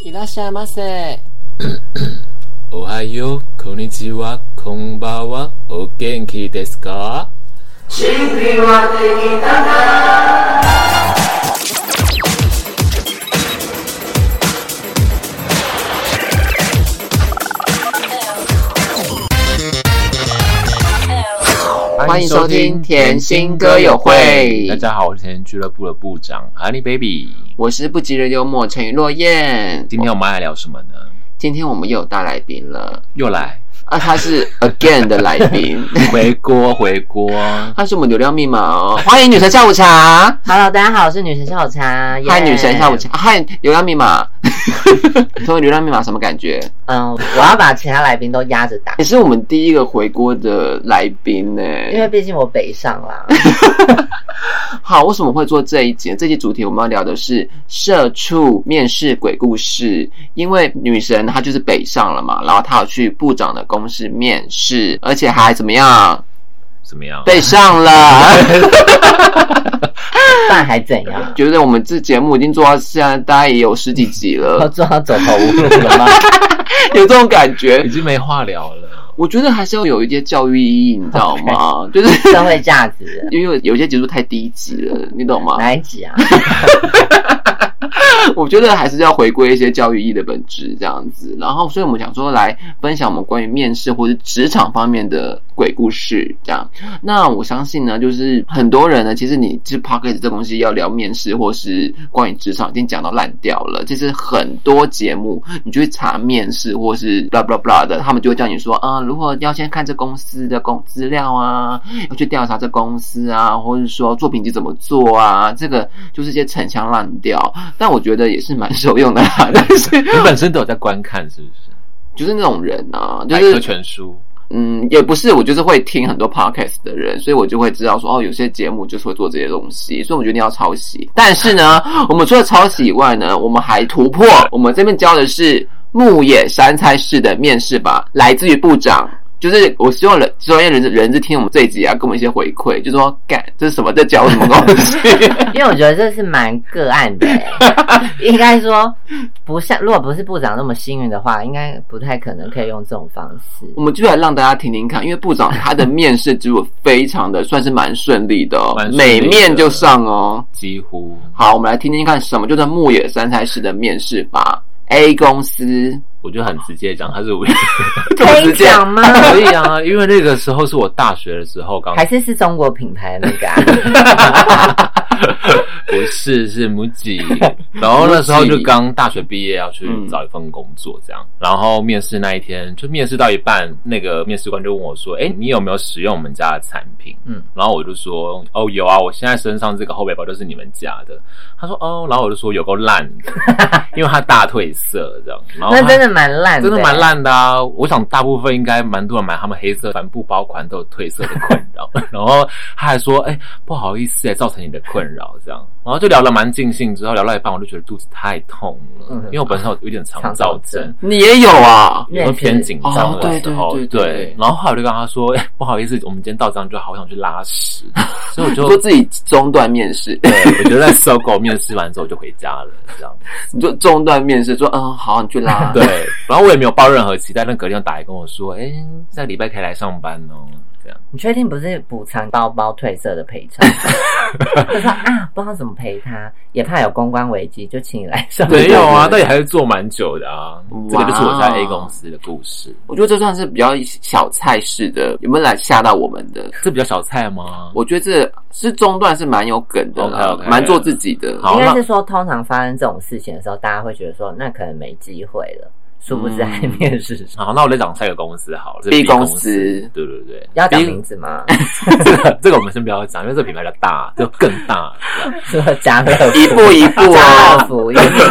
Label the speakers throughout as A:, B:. A: 伊拉西马塞，
B: おはよう、こんにちは、こんばんは、お元気ですか？
A: 欢迎收听甜心歌友会
C: 大家好，我是甜心俱乐部的部长 Honey Baby。
A: 我是不急的幽默陈宇落雁。
C: 今天我们要来聊什么呢？
A: 今天我们又有大来宾了，
C: 又来
A: 啊，他是 again 的来宾，
C: 回锅，回锅。
A: 他是我们流量密码哦。欢迎女神下午茶，
D: Hello，大家好，我是女神下午茶。耶
A: 嗨女神下午。茶，嗨流量密码。 成为流量密码什么感觉？
D: 嗯，我要把其他来宾都压 着打，
A: 也是我们第一个回锅的来宾呢。
D: 因为毕竟我北上 啦。
A: 好，为什么会做这一集？这期主题我们要聊的是社畜面试鬼故事，因为女神她就是北上了嘛，然后她有去部长的公司面试，而且还怎么样
C: 怎么样？
A: 被上了。
D: 饭还怎样？
A: 觉得我们这节目已经做到现在大概也有十几集
D: 我
A: 了，
D: 做到走投无路了吗？
A: 有这种感觉
C: 已。经没话聊了。
A: 我觉得还是要有一些教育意义，你知道吗？就是
D: 社会价值
A: 因为有些节目太低级了，你懂吗？
D: 哪一集啊？
A: 我觉得还是要回归一些教育意义的本质这样子。然后，所以我们想说来分享我们关于面试或者职场方面的鬼故事这样。那我相信呢，就是很多人呢，其实你这 p o c k e t 这东西要聊面试或是关于职场，已经讲到烂掉了。其实很多节目你去查面试或是 blah blah blah 的，他们就会叫你说啊，如何要先看这公司的公资料啊，要去调查这公司啊，或者说作品集怎么做啊，这个就是一些陈腔滥调。但我觉得也是蛮 受用的啦，但是
C: 你本身都有在观看，是不是？
A: 就是那种人啊，就
C: 百科
A: 是
C: 全书。
A: 嗯，也不是，我就是会听很多 podcast 的人，所以我就会知道说，哦，有些节目就是会做这些东西，所以我觉得你要抄袭。但是 呢，我们除了抄袭以外呢，我们还突破。我们这边教的是牧野山菜式的面试法，来自于部长。就是我希望人专业人士人士听我们这一集啊，给我们一些回馈，就说干这是什么在教什么东 西？
D: 因为我觉得这是蛮个案 的、应该说不像，如果不是部长那么幸运的话，应该不太可能可以用这种方式。
A: 我们就来让大家听听看，因为部长他的面试之路非常的算是蛮顺利的哦
C: 蛮，顺
A: 每
C: 利的
A: 面就上哦。
C: 几乎，
A: 好，我们来听听看什么叫做牧野三才式的面试法。A 公司
C: 我就很直接讲，他 是我
A: 这么
D: 可
A: 直
D: 以
A: 接
D: 讲吗？
C: 可以啊，因为那个时候是我大学的时候，刚
D: 还是是中国品牌的那 个、啊？
C: 不是是母 鸡，然后那时候就刚大学毕业要去
A: 嗯
C: 找一份工作这样，然后面试那一天就面试到一半，那个面试官就问我说：“哎，你有没有使用我们家的产品？”
D: 嗯
C: 嗯，然后我就说：“哦，有啊，我现在身上这个后背包就是你们家的。”他说：“哦。”然后我就说：“有够烂的， 因为它大褪色这样。”
A: 啊
C: 然后
D: 那
C: 他
D: 真的蛮烂的、
C: 真的蛮。烂的啊！我想大部分应该蛮多人买他们黑色帆布包款都有褪色的困扰， 然后他还说：“哎、不好意思、哎，造成你的困扰。”这样，然后就聊了蛮尽兴。之后聊到一半，我就觉得肚子太痛了，
D: 嗯
C: 因为我本身有有点肠燥症，
A: 你也有啊？
C: 有时候嗯偏紧张
A: 哦
C: 的时候，
A: 对对对对对
C: 然后后来我就跟他说、哎：“不好意思，我们今天到这样就好，我想去拉 屎。”所以我就
A: 说自己中断面试，
C: 对，我就在搜狗面试完之后我就回家了，这样。
A: 你说中断面试，说嗯好，你去拉。
C: 对，然后我也没有抱任何期待，但隔天打来跟我说：“哎、下个礼拜可以来上班哦。”这样。
D: 你确定不是补偿包包褪色的赔偿？ 就说啊，不知道怎么赔他，也怕有公关危机，就请你来上 班。
C: 没有啊，
A: 对
C: 但也还是做蛮久的啊。这
A: 哇
C: 个就是我在 A 公司的故事，
A: 我觉得这算是比较小菜式的，有没有来吓到我们的？
C: 这比较小菜吗？
A: 我觉得这是中断是蛮有梗的啦，
C: OK，OK
A: 蛮做自己的。
C: 好
D: 应该
C: 那
D: 是说，通常发生这种事情的时候，大家会觉得说，那可能没机会了，殊不知还面试上。
C: 好，那我再讲下一个公司好了是
A: B
C: 公
A: 公司
C: 对对对，
D: 要讲名字吗？
C: 这个 这个我们先不要讲，因为这个品牌比较大，就更大。
D: 说家乐福、
A: 一步一步
D: 家乐
A: 哦，
D: 福、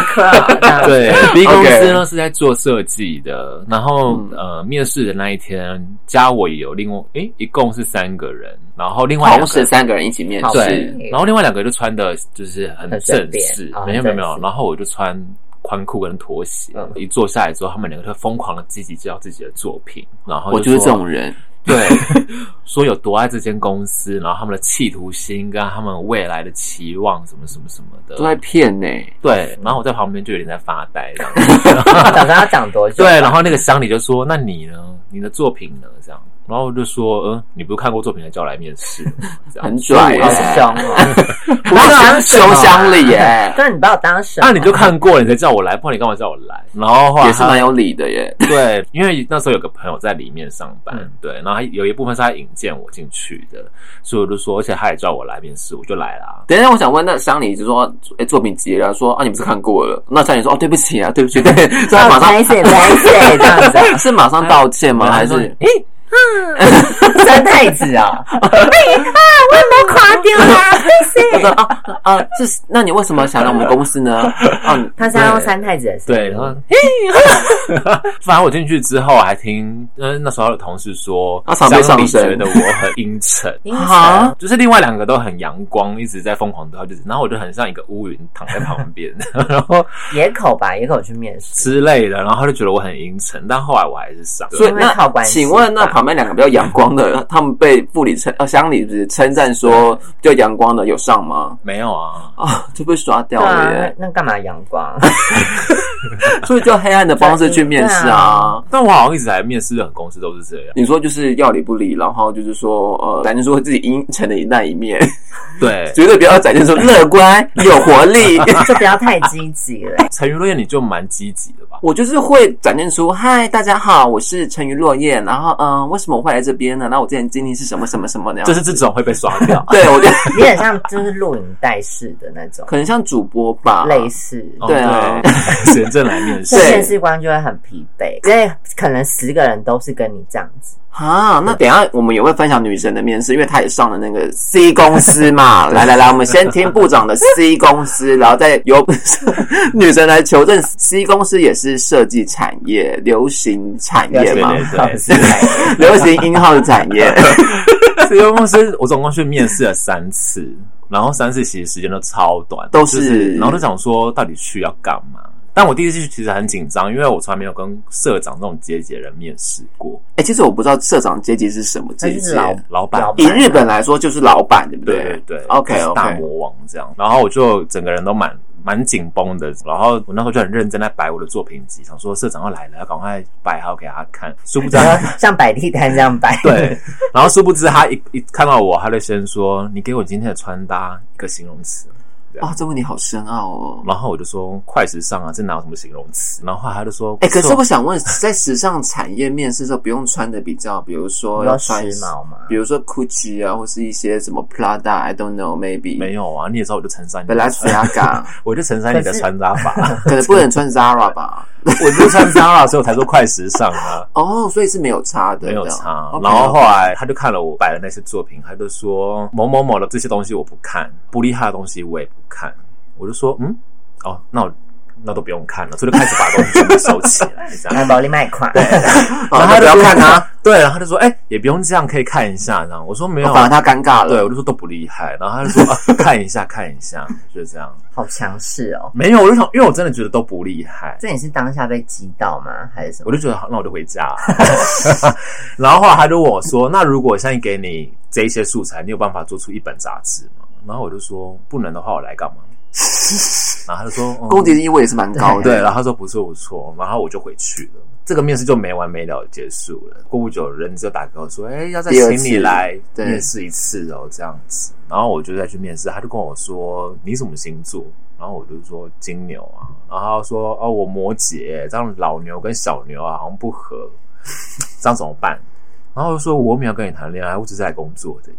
D: Uniqlo 这样子。
C: 对，B 公
A: OK
C: 司呢是在做设计的，然后
A: 嗯
C: 呃，面试的那一天加我也有另外诶，一共是三个人，然后另外两
A: 同
C: 个
A: 时三个人一起面
D: 好
A: 试
C: 对
D: 是，
C: 然后另外两个就穿的就是很
D: 很
C: 正
D: 随便
C: 式
D: 哦，
C: 没有
D: 很
C: 没有
D: 正
C: 没有，
D: 式
C: 然后我就穿宽裤跟拖鞋
D: 嗯，
C: 一坐下来之后，他们两个就疯狂的积极介绍自己的作品，然后
A: 我
C: 就
A: 就是这
C: 说
A: 种人，
C: 对， 说有多爱这间公司，然后他们的企图心跟他们未来的期望，什么什么什么的
A: 都。在骗呢、
C: 对，然后我在旁边就有点在发 呆这样 子。
D: 想说要讲多久？
C: 对，然后那个乡里就说：“那你呢？你的作品呢？”这样，然后我就说：“嗯，你不是看过作品才叫我来面试的吗？”这样
A: 很 拽
D: 好
A: 耶、
D: 凶哦！
A: 不是求乡里耶，
D: 对，你把我当什么？
C: 那啊你就看过了，你才叫我来，不然你干嘛叫我来？然后后来
A: 也是
C: 他
A: 蛮有理的耶。
C: 对，因为那时候有个朋友在里面上班，
D: 嗯
C: 对，然后他有一部分是他引荐我进去的，所以我就说，而且他也叫我来面试，我就来啊啦。
A: 等一下，我想问，那乡里就说，哎、作品结了，说啊，你不是看过了？那乡里说，哦，对不起啊，对不起， 对，所以他马
D: 拍
A: 上
D: 谁拍 谁这样子，啊
A: 是马上道歉吗？还
C: 然后
A: 是
C: 他说诶
D: 三太子啊！哎啊，我没垮掉啦，
A: 他
D: 拍
A: 说
D: 谁？
A: 啊啊，这是那你为什么想来我们公司 呢？啊，你
D: 他是要用三太子的声音
C: 对，然后， 反正我进去之后还听，呃，那时候的同事说，
A: 他常被
C: 乡里
A: 上身啊
C: 觉得我很阴 沉，
D: 阴沉
A: 好
C: 就是另外两个都很阳光，一直在疯狂的，就是，然后我就很像一个乌云躺在旁边， 然后
D: 野口吧，野口去面试，
C: 之类的，然后他就觉得我很阴沉，但后来我还是上，
A: 所以
D: 因为靠
A: 那
D: 关系啊
A: 请问那旁边两个比较阳光的，他们被部里称呃乡里只称赞说比较阳光的有上吗？
C: 没有啊，
A: 啊，就被刷掉
D: 对啊
A: 了，
D: 那
A: 耶！
D: 那干嘛阳光？
A: 所以就黑暗的方式去面试
D: 对
A: 啊
D: 啊。
C: 但我好像一直来面试的公司都是这 样，
A: 你说就是要理不理，然后就是说呃，展现出自己阴沉的那一面，
C: 对，
A: 绝对不要展现出乐观有活力。
D: 就不要太积极了。
C: 沉鱼落雁你就蛮积极的 吧？
A: 我就是会展现出嗨，大家好，我是陈云落叶，然后嗯，为什么我会来这边呢？那我之前经历是什么什么什么那样。
C: 就？是这种会被刷掉
A: 对，我就
D: 你很像就是录影带式的那种，
A: 可能像主播吧，
D: 类似。
C: 哦
A: 对啊，
C: 对 行政来面 试
A: 对，
D: 面试官就会很疲惫，因为可能十个人都是跟你这样子，
A: 啊，那等一下我们也会分享女神的面试，因为她也上了那个 C 公司嘛。 来来来，我们先听部长的 C 公司， 然后再由女神来求证 C 公司也是设计产业、流行产业
C: 对
A: 嘛，
C: 对
D: 是 的
A: 流行音号的产业。
C: 对，这间公司我总共去面试了三次，然后三次其实时间都超短，
A: 都
C: 就是是，然后就想说到底去要干嘛？但我第一次去其实很紧张，因为我从来没有跟社长这种阶级的人面试过，
A: 哎、其实我不知道社长阶级是什么阶
D: 那就
A: 级
D: 是。老
C: 老板
D: 老
A: 以
D: 板
A: 日本来说，就是老板，对不哦
C: 对对对
A: o k
C: 就是
A: OK，
C: 大魔王这样。然后我就整个人都蛮蛮紧绷的，然后我那时候就很认真在摆我的作品集，想说社长要来了，要赶快摆好给他看。殊不知他，
D: 然后像摆地摊这样摆。
C: 对，然后殊不知他一一看到我，他就先说：“你给我今天的穿搭一个形容词。”
A: 啊、这问题好深奥哦。
C: 然后我就说：“快时尚啊，这哪有什么形容词？”然后后来他就说：“哦
A: 哎、可是
C: 说
A: 我想问，在时尚产业面试的时候，不用穿的比较，比如说
D: 比较
A: 要穿
D: 时髦嘛
A: 比如说 Gucci 啊，或是一些什么 Prada，I don't know，maybe
C: 没有啊，你也知道我就陈珊妮
A: 本来
C: 的
A: 只
C: 穿，
A: 要 港，
C: 我就陈珊妮的
D: 可是
C: 穿搭法，
A: 可能不能穿 Zara 吧？
C: 我 就穿 Zara，所以我才说快时尚啊。”
A: 哦、所以是没有差的，
C: 没有
A: 这样
C: 差。
A: OK，
C: 然后后来他就看了我摆的那些作品，他就说嗯某某某的这些东西我不看，不厉害的东西我也不看。我就说嗯，哦，那我那都不用看了，所以就开始把东西全部收起来，这
D: 来
C: 样。
D: 保利卖款，
A: 哎好
C: 然后
A: 那
C: 他就
A: 哦不要
C: 说
A: 看他，，
C: 对，然后他就说哎、也不用这样，可以看一下这样。我说没有
A: 我哦反而
C: 啊，
A: 他尴尬
C: 对
A: 了。
C: 我就说都不厉害，然后他就说、啊、看一下看一下，就这样。
D: 好强势哦！
C: 没有，我就想，因为我真的觉得都不厉害。
D: 这你是当下被击到吗？还是什
C: 我
D: 么？
C: 就觉得好，那我就回家、 然后后来他就问我说：“那如果我现在给你这一些素材，你有办法做出一本杂志吗？”然后我就说：“不能的话，我来干嘛？”然后他就说：“嗯
A: 攻击意味也是蛮高的，
C: 对。”然后他说：“不错不错。”然后我就回去了。这个面试就没完没了结束了。过不久，人就打给我说：“哎、要再
A: 第二次
C: 请你来
A: 对
C: 面试一次哦，这样子。”然后我就再去面试，他就跟我说：“你什么星座？”然后我就说金牛啊，然后他说哦我摩羯，这样老牛跟小牛啊好像不合， 这样怎么办？然后我就说我没有跟你谈恋爱，我只是来工作的 耶。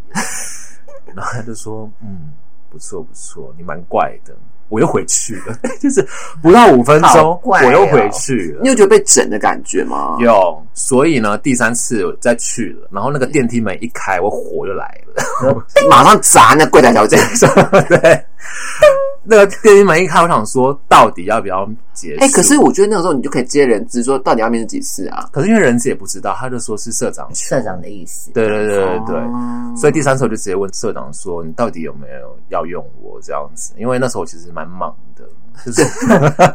C: 然后他就说嗯不错不错，你蛮怪的。我又回去了， 就是不到五分
D: 好
C: 钟，
D: 怪哦
C: 我又回去了
A: 你。有觉得被整的感觉吗？
C: 有，所以呢，第三次我再去了，然后那个电梯门一开，我火就来了。
A: 马上砸那柜台小姐。
C: 对，那个电梯门一开，我想说到底要不要结束？
A: 哎、可是我觉得那个时候你就可以接人资，说到底要面试几次啊？
C: 可是因为人资也不知道，他就说是社长求
D: 社长的意思，
C: 对对对对对。
A: 哦
C: 所以第三次我就直接问社长说：“你到底有没有要用我这样子？”因为那时候我其实蛮忙的，
E: 就是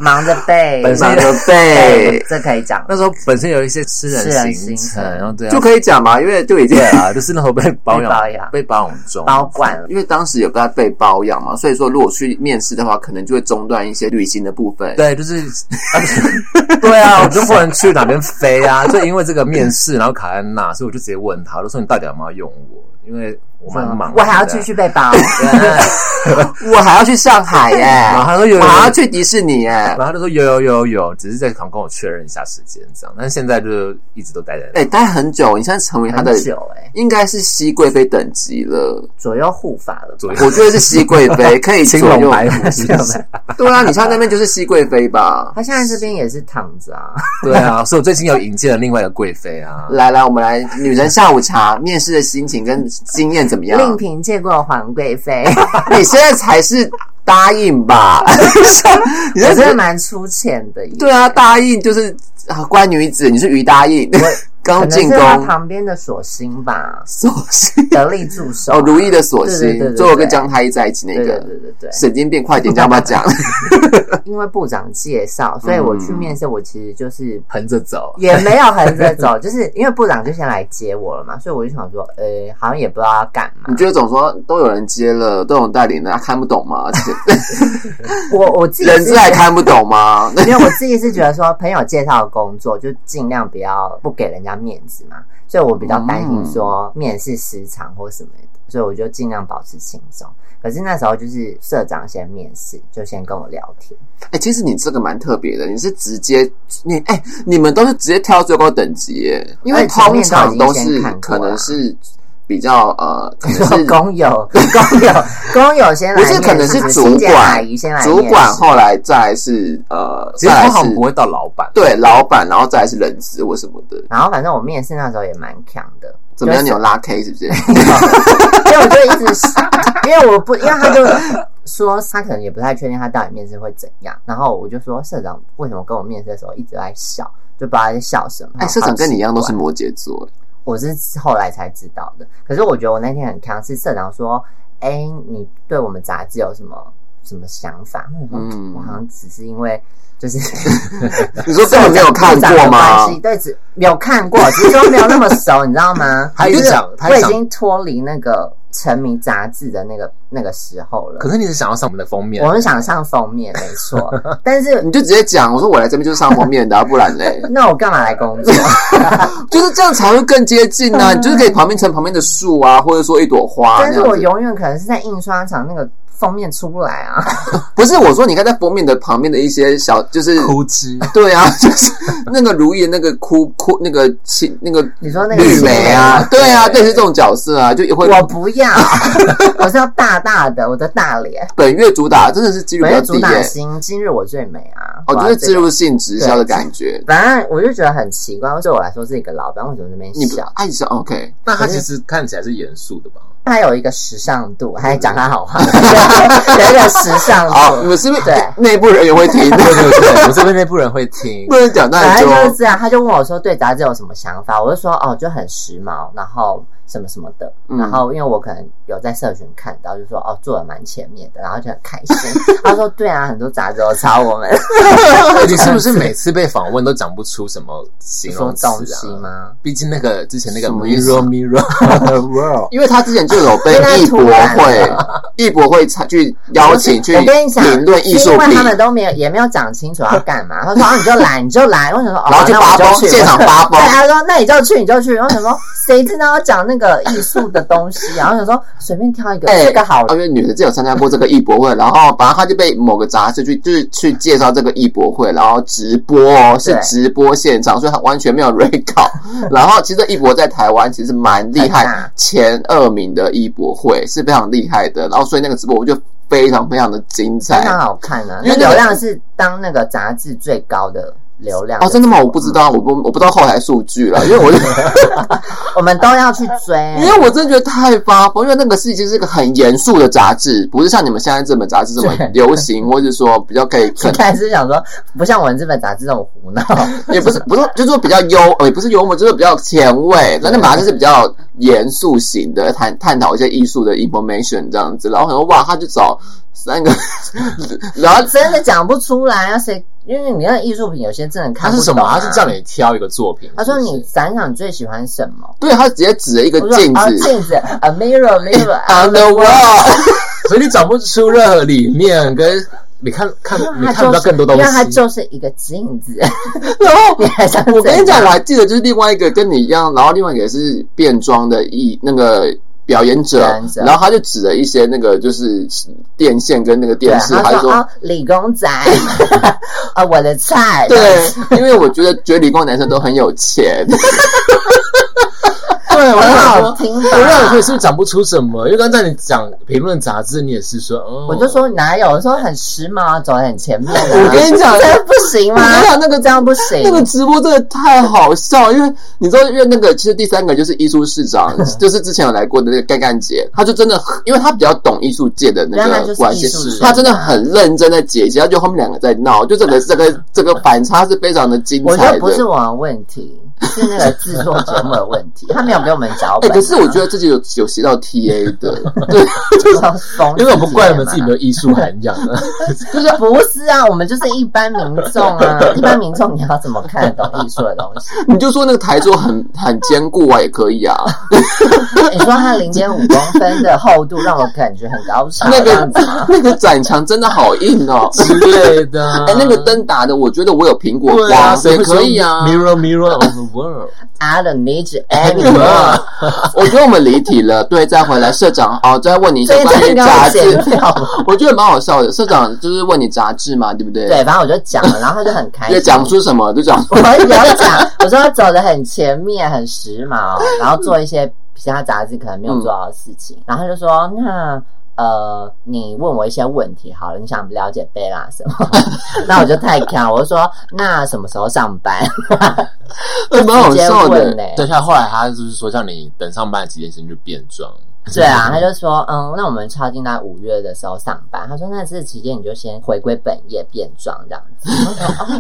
D: 忙着背，
E: 本身，
A: 马的
D: 对
A: 背
D: 这可以讲
E: 那时候本身有一些
D: 私
E: 私人
D: 人行
E: 行程，
D: 程
E: 然后对啊，
A: 就可以讲嘛，因为就已经
E: 对啊，就是那时候被包
D: 被包
E: 养，
D: 养
E: 被包养中，
D: 包管了。
A: 因为当时有在被包养嘛，所以说如果去面试的话，可能就会中断一些旅行的部分。
E: 对，就是， 对啊，我就不能去哪边飞啊，就因为这个面试，然后卡在那，所以我就直接问他，我就说你到底有没有用我？因为我蛮
D: 嗯
E: 忙的，
D: 我还要继续被包，
A: 我还要去上海耶、
E: 然后他说有有
A: 我
E: 有
A: 还要去迪士尼耶、
E: 然后他就说有有有有，只是在想跟我确认一下时间这样，但是现在就一直都待在那。
A: 哎、待很久，你现在成为他的
D: 很久哎、
A: 应该是熹贵妃等级了，
D: 左右护法了吧，
E: 左右
A: 我觉得是熹贵 妃可以
E: 青
A: 左
E: 龙
A: 右。
E: 白虎是不是？
A: 对啊，你像那边就是熹贵妃吧？
D: 他现在这边也是躺着啊，
E: 对啊，所以我最近有引进了另外一个贵妃 啊，
A: 来来，我们来女人下午茶面试的心情跟经验怎么样？
D: 令嫔见过皇贵 妃，
A: 你现在才是答应 吧？你
D: 我
A: 在
D: 真的蛮粗浅的耶。
A: 对啊，答应就是啊，乖女子，你是于答应，
D: 可
A: 刚
D: 能
A: 进宫
D: 是他旁边的锁 心吧，
A: 锁心
D: 得力助手啊、
A: 哦，如意的锁
D: 对对对
A: 心，
D: 对
A: 最后跟江太医在一起那
D: 对对
A: 个，
D: 对对对，
A: 神经病，快点，你要不要 讲？
D: 因为部长介
A: 嗯
D: 绍，所以我去面试，我其实就是
E: 横着走。
D: 也没有横着 走，就是因为部长就先来接我了嘛，所以我就想说，呃，好像也不知道要干嘛
A: 你。觉得总说都有人接了，都有人带领了，看不懂 吗？
D: 我我自己
A: 人
D: 是
A: 字还看不懂吗？
D: 因为我自己是觉得说，朋友介绍的工作就尽量不要不给人家面子嘛，所以我比较担
A: 嗯
D: 心说面试时长或什么的，所以我就尽量保持轻松。可是那时候就是社长先面试，就先跟我聊天，
A: 哎、其实你这个蛮特别的，你是直接你哎、你们都是直接跳最高等级耶，因为
D: 哎前
A: 通
D: 面
A: 常
D: 都
A: 都
D: 已经先
A: 是
D: 看过
A: 可
D: 啦
A: 能是比较呃， 可能
D: 说
A: 是
D: 工友工友工友先
A: 不
D: 来面
A: 是
D: 试，
A: 可能是主
D: 清洁阿
A: 管
D: 姨先来，面试
A: 主管后来再来是呃，
E: 其
A: 再
E: 实
A: 来
E: 通常
A: 是
E: 不会到老板，
A: 对老板，然后再来是人资或什么的。
D: 然后反正我面试那时候也蛮强的，
A: 怎么样？
D: 就
A: 你
D: 是
A: 有拉 K 是 不是？
D: 因为我就一直，因为我不，因为他就说他可能也不太确定他到底面试会怎样，然后我就说社长为什么跟我面试的时候一直在笑，就不知道在笑什么。
A: 哎，社长跟你一样都是
D: 好奇怪，
A: 摩羯 座，
D: 我是后来才知道的。可是我觉得我那天很强，是社长说，哎、你对我们杂志有什么什么想法？嗯
A: 嗯，
D: 我好像只是因为 就是。
A: 你说根本没有看
D: 啊
A: 过吗？
D: 对，只有看过，只是说没有那么熟，你 知道吗？
E: 他一直
D: 就是
E: 讲他一
D: 我
E: 直
D: 已
E: 讲
D: 经脱离那个沉迷杂志的那个那个时候了。
E: 可是你是想要上我们的封面，
D: 我们想上封面，没 错，但是
A: 你就直接讲，我说我来这边就是上封面的、啊，不然 嘞，
D: 那我干嘛来 工作？
A: 啊就是这样才会更接近啊！你就是可以旁边成旁边的树啊，或者说一朵花。
D: 嗯但是
A: 那样
D: 我
A: 子
D: 永远可能是在印刷厂那个封面出不来啊。
A: 不是我说，你看在封面的旁边的一些小，就是
E: 枯枝，
A: 对啊， 就是那个如意的那个枯枯那个青那个
D: 你说那个
A: 绿梅啊
D: 青，
A: 对啊，对是这种角色啊，就会
D: 我不 要，我是要大大的，我的大脸。
A: 本月主打真的是几率
D: 我
A: 比较
D: 是
A: 低
D: 主打
A: 耶，
D: 星，今日我最美啊！
A: 哦，
D: 我
A: 就
D: 要
A: 是
D: 这
A: 植
D: 个
A: 入性直销的感觉。
D: 反正我就觉得很奇怪，对我来说是一个老板，为什么这边
A: 你不
D: 笑？
A: 爱是 OK，
E: 那他其实看起来是严肃的吧？
D: 他有一个时尚度，
A: 嗯
D: 还讲 他好话，有一个时尚
A: 好，你
D: 度。
A: 们是不是
D: 哦对
A: 内部人员会 听？
E: 对对 对，我这边内部人会听
A: 不，能讲，那
D: 反
A: 你
D: 正就是
A: 就
D: 这样，他就问我说对杂志有什么想法，我就说哦就很时髦，然后什么什么的，
A: 嗯
D: 然后因为我可能有在社群看到，就说哦做的蛮前面的，然后就很开 心。他说对啊，很多杂志都抄我们，
E: 你是不是每次被访问都讲不出什么形
D: 说
E: 容词
D: 东西
E: 啊？
D: 吗？
E: 毕竟那个之前那个
A: 什么意思
E: Mirror Mirror World，
A: 因为他之前就有被
D: 现在
A: 艺博
D: 突然
A: 会艺博会参去邀请去
D: 我跟你讲，
A: 评论艺
D: 是
A: 术
D: 因为
A: 品
D: 他，们都没有也没有讲清楚要干嘛。他说：“啊，你就来，你就来。”我想说：“哦，
A: 然后就
D: 那我
A: 发
D: 就
A: 疯，
D: 去。”
A: 现场发
D: 对，
A: 疯。
D: 他说：“那你就去，你就去。”然后想说：“ 谁知道要讲那个艺术的东西啊？”然后想说：“随便挑一个，
A: 哎
D: 这个好
A: 啊因为女的就有参加过这个艺博会，然后反正她就被某个杂志去就是去介绍这个艺博会，然后直播哦，是
D: 对
A: 直播现场，所以她完全没有 re 稿。然后其实艺博在台湾其实蛮厉
D: 很
A: 害
D: 大，
A: 前二名的艺博会是非常厉害的。然后所以那个直播我就非常非常的精
D: 非
A: 彩，
D: 常好看啊！
A: 因
D: 那
A: 为那个
D: 流量是当那个杂志最高的流量
A: 哦，真的吗？我不知道，我不我不知道后台数据 了，因为我就
D: 我们都要去追。
A: 因为我真的觉得太发疯，因为那个是已经是一个很严肃的杂志，不是像你们现在这本杂志这么
D: 对
A: 流行，或者说比较可 以可
D: 一开始想说，不像我们这本杂志这种 胡闹，
A: 也不是不是，就是说比较幽，呃也不是幽默，就是比较前卫。那那马上就是比较严肃型的，探探讨一些艺术的 information 这样子。然后很多哇，他就找三个，然后
D: 哦真的讲不出来啊！谁？因为你那艺术品有些真的
E: 他
D: 看不
E: 是什么？
D: 懂啊
E: 他是叫你挑一个作品。
D: 他说
E: 是不是
D: 你想想最喜欢什么？
A: 对他直接指了一个
D: 我说
A: 镜
D: 啊，
A: 子
D: 镜子，a mirror mirror
A: on the wall，
E: 所以你找不出任何理念跟。你看看，你
D: 它
E: 看
D: 就
E: 不到
D: 是，
E: 更多东
D: 因为它
E: 西。
D: 就是一个镜子。
A: 然后
D: 你还想
A: 我跟
D: 怎
A: 你讲，
D: 样
A: 我还记得就是另外一个跟你一样，然后另外一个也是变装的艺那个表演者
D: 表演，者
A: 然后他就指了一些那个就是电线跟那个
D: 对
A: 电，视，
D: 他
A: 还
D: 说
A: 说
D: 啊，理工仔，啊，我的菜。
A: 对，因为我觉得觉得理工男生都很有钱，
E: 对，我
D: 很
E: 想
D: 好
E: 说，
D: 听
E: 我让你
D: 吧
E: 会？是不是讲不出什么？因为刚才你讲评论杂志，你也是说，
C: 哦
E: 嗯，
D: 我就说哪有？我说很时髦啊，走得很前面啊。
A: 我跟你讲
D: 这样 不行吗？
A: 我跟你讲那个
D: 这样不行。
A: 那个直播真的太好笑，因为你知道，因为那个其实第三个就是艺术市 长，就是之前有来过的那个盖盖姐，她就真的很，因为她比较懂艺术界的那
D: 对她就是
A: 个关系
D: 艺术，家
A: 她真的很认真的解析，她就后面两个在闹，就整个这个这个反差是非常的精
D: 我觉
A: 彩
D: 得不是
A: 的。
D: 我的问题，是那个制作节目的问题，他没有给我们脚
A: 哎、
D: 本啊。
A: 可是我觉得自己有有学到 TA 的，对，
D: 得疯，
E: 因为我们怪你们自己没有艺术涵养啊。
D: 就是不是啊？我们就是一般民众啊，一般民众你要怎么看得懂艺术的东西？
A: 你就说那个台座很很坚固啊，也可以 啊，
D: 你说它零点五公分的厚度让我感觉很高超，
A: 那
D: 这
A: 个
D: 样子吗？
A: 那个展墙真的好硬哦。
E: 之类的啊。
A: 哎、那个灯打的，我觉得我有苹果
E: 对
A: 光，
E: 啊，
A: 所
E: 谁
A: 以
E: 会说
A: 可以啊。
E: ？Mirror, mirror of the world，
D: I don't need you
A: 什
D: anymore。
A: 么？我觉得我们离题了，对，再回来，社长哦，再问你一
D: 所
A: 些
D: 以
A: 关
D: 这
A: 于
D: 应该
A: 杂
D: 要
A: 志
D: 剪，掉。
A: 我觉得蛮好笑的。社长就是问你杂志嘛，对不对？
D: 对，，反正我就讲了，然后他就很开
A: 也
D: 心。
A: 讲出什么就 讲。
D: 我有讲，我说走的很前面，很时髦，然后做一些其他杂志可能没有做到的事情。然后他就说：“那呃，你问我一些问题好了，你想了解贝拉什么？” 那我就太强，我就说：“那什么时候上班？”
A: 对哎蛮好
D: 直接
A: 笑哦的
D: 问欸
E: 对
C: 等一下，后来他就是说叫你等上班的几天先去变装，
D: 对啊，他就说，嗯，那我们敲定在五月的时候上班。他说，那这期间你就先回归本业变装这样子，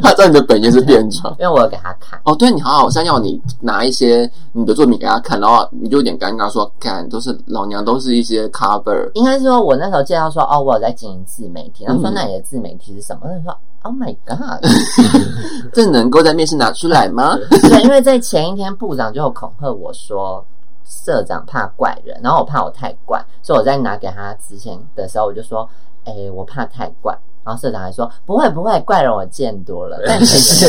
A: 他知道你的本业是变装。
D: 因为我有给他看。
A: 哦，对你好好像要你拿一些你的作品给他看，然后你就有点尴尬说，看都是老娘都是一些 cover，
D: 应该是说，我那时候介绍说，哦，我有在经营自媒体。然后说，
A: 嗯
D: 那你的自媒体是什么？他说，Oh my god！
A: 这能够在面试拿出来吗？哦
D: 对，因为在前一天部长就有恐吓我说，社长怕怪人，然后我怕我太怪，所以我在拿给他之前的时候，我就说，哎、我怕太怪。然后社长还说不会不会，怪人我见多了，但其实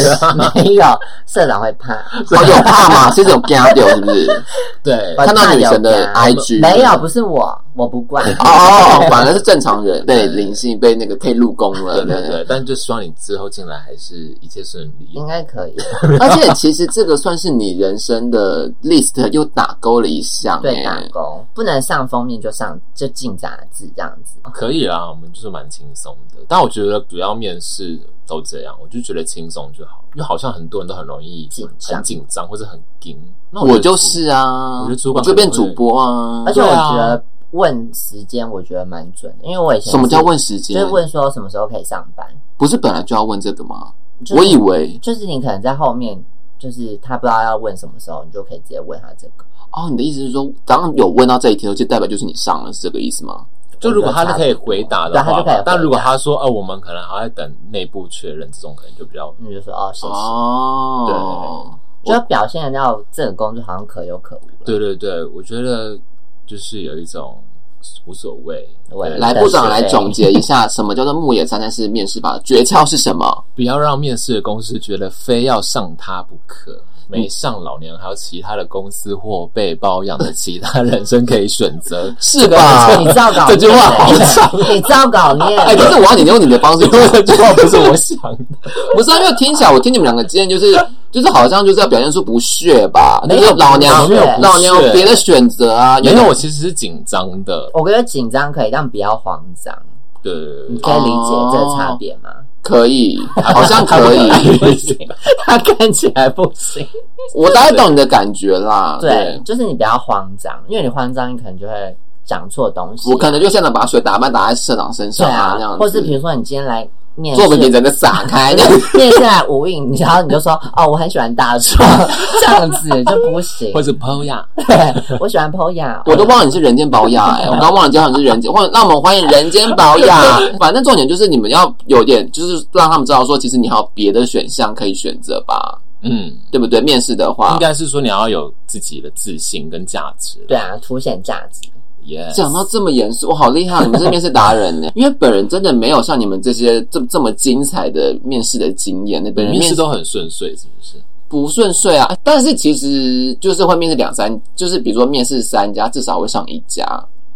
D: 没有，社长会怕。
A: 哦，有怕吗？是一种 g a 丢是不 是？
E: 对，
D: 我
A: 看到
D: 怕
A: 女
D: 有
A: 神的
D: 家
A: IG
D: 没有，不是我，我不 怪。
A: 哦哦，哦反而是正常人被灵性被那个被入宫了，
C: 对对对，但就希望你之后进来还是一切顺利
D: 应。该可以，
A: 而且其实这个算是你人生的 list 又打勾了一项、
D: 对打
A: 欸，
D: 工不能上封面就上就进杂志这样
A: 哦
D: 子，
C: 可以啦，我们就是蛮轻松的。但我觉得主要面试都这样，我就觉得轻松就好，因为好像很多人都很容易
D: 紧张
C: 很紧张或者很紧。那
A: 我
C: 觉得
A: 就是啊，
C: 我觉得主管
A: 就变主播啊
D: 而。且我
C: 对啊
D: 觉得问时间我觉得蛮准的，因为我以前
A: 什么
D: 是
A: 叫问时
D: 就
A: 间
D: 是？问说什么时候可以上班，
A: 不是本来就要问这个吗？
D: 就是
A: 我以为
D: 就是你可能在后面，就是他不知道要问什么时候，你就可以直接问他这个。
A: 哦，你的意思是说，刚刚有问到这一题，就代表就是你上了，是这个意思吗？
C: 就如果他是可以回答的
D: 对他
C: 话
D: 就可以回答
C: 吧，但如果他说哦，我们可能还在等内部确认，这种可能就比较
D: 你就说哦，谢谢，
A: 哦，
D: 就表现得到这个工作好像可有可无。
C: 对对对，我觉得就是有一种无所谓。
D: 我
C: 对
A: 来部长来总
D: 结，
A: 结一下，什么叫做牧野三三式面试法？诀窍是什么？
C: 不要让面试的公司觉得非要上他不可。没上老娘还有其他的公司或被包养的其他人生可以选择，
A: 是吧？
D: 你 照稿念，
C: 这句话好
D: 你照稿念，
A: 哎，可是我要你用你的方式
C: 因 为这句话不是我想 的。
A: 不是、啊，因为听起 来我听你们两个之间 就是就是好像就是要表现出不屑吧，
D: 没
A: 就
D: 有
A: 是老娘
D: 不屑
A: 老娘有别的选择啊，
C: 原来我其实是紧张的，
D: 我觉得紧张可以，但不要慌张，
C: 对，
D: 你可以理解这个差别吗？
A: 可以，好像 可以。
D: 不行，他看起来不行。
A: 我大概懂你的感觉啦。
D: 对，，就是你不要慌张，因为你慌张，你可能就会讲错东西。
A: 我可能就现场把水打翻打在社长身
D: 对
A: 上啊，
D: 啊
A: 这样，子。
D: 或是比如说你今天来面试，
A: 作品给整个撒开，
D: 面试来无印，你然后你就说哦，我很喜欢大壮， 这样子就不行。
C: 或是朋友
D: 对，我喜欢 Poya，
A: 我都忘了你是人间保养 哎、我刚忘了叫你是人间，欢那我们欢迎人间保养。反正重点就是你们要有点，就是让他们知道说，其实你还有别的选项可以选择吧，
C: 嗯，
A: 对不对？面试的话
C: 应，该是说你要有自己的自信跟价值。
D: 对啊，凸显价值。
C: 耶、
A: 讲到这么严肃，我好厉害！你们是面试达人 呢、因为本人真的没有像你们这些这这么精彩的面试的经验。那本人
C: 面
A: 面
C: 试
A: 试
C: 都很顺遂，是不是？
A: 不顺遂啊，但是其实就是会面试两三，就是比如说面试三家，至少会上一家，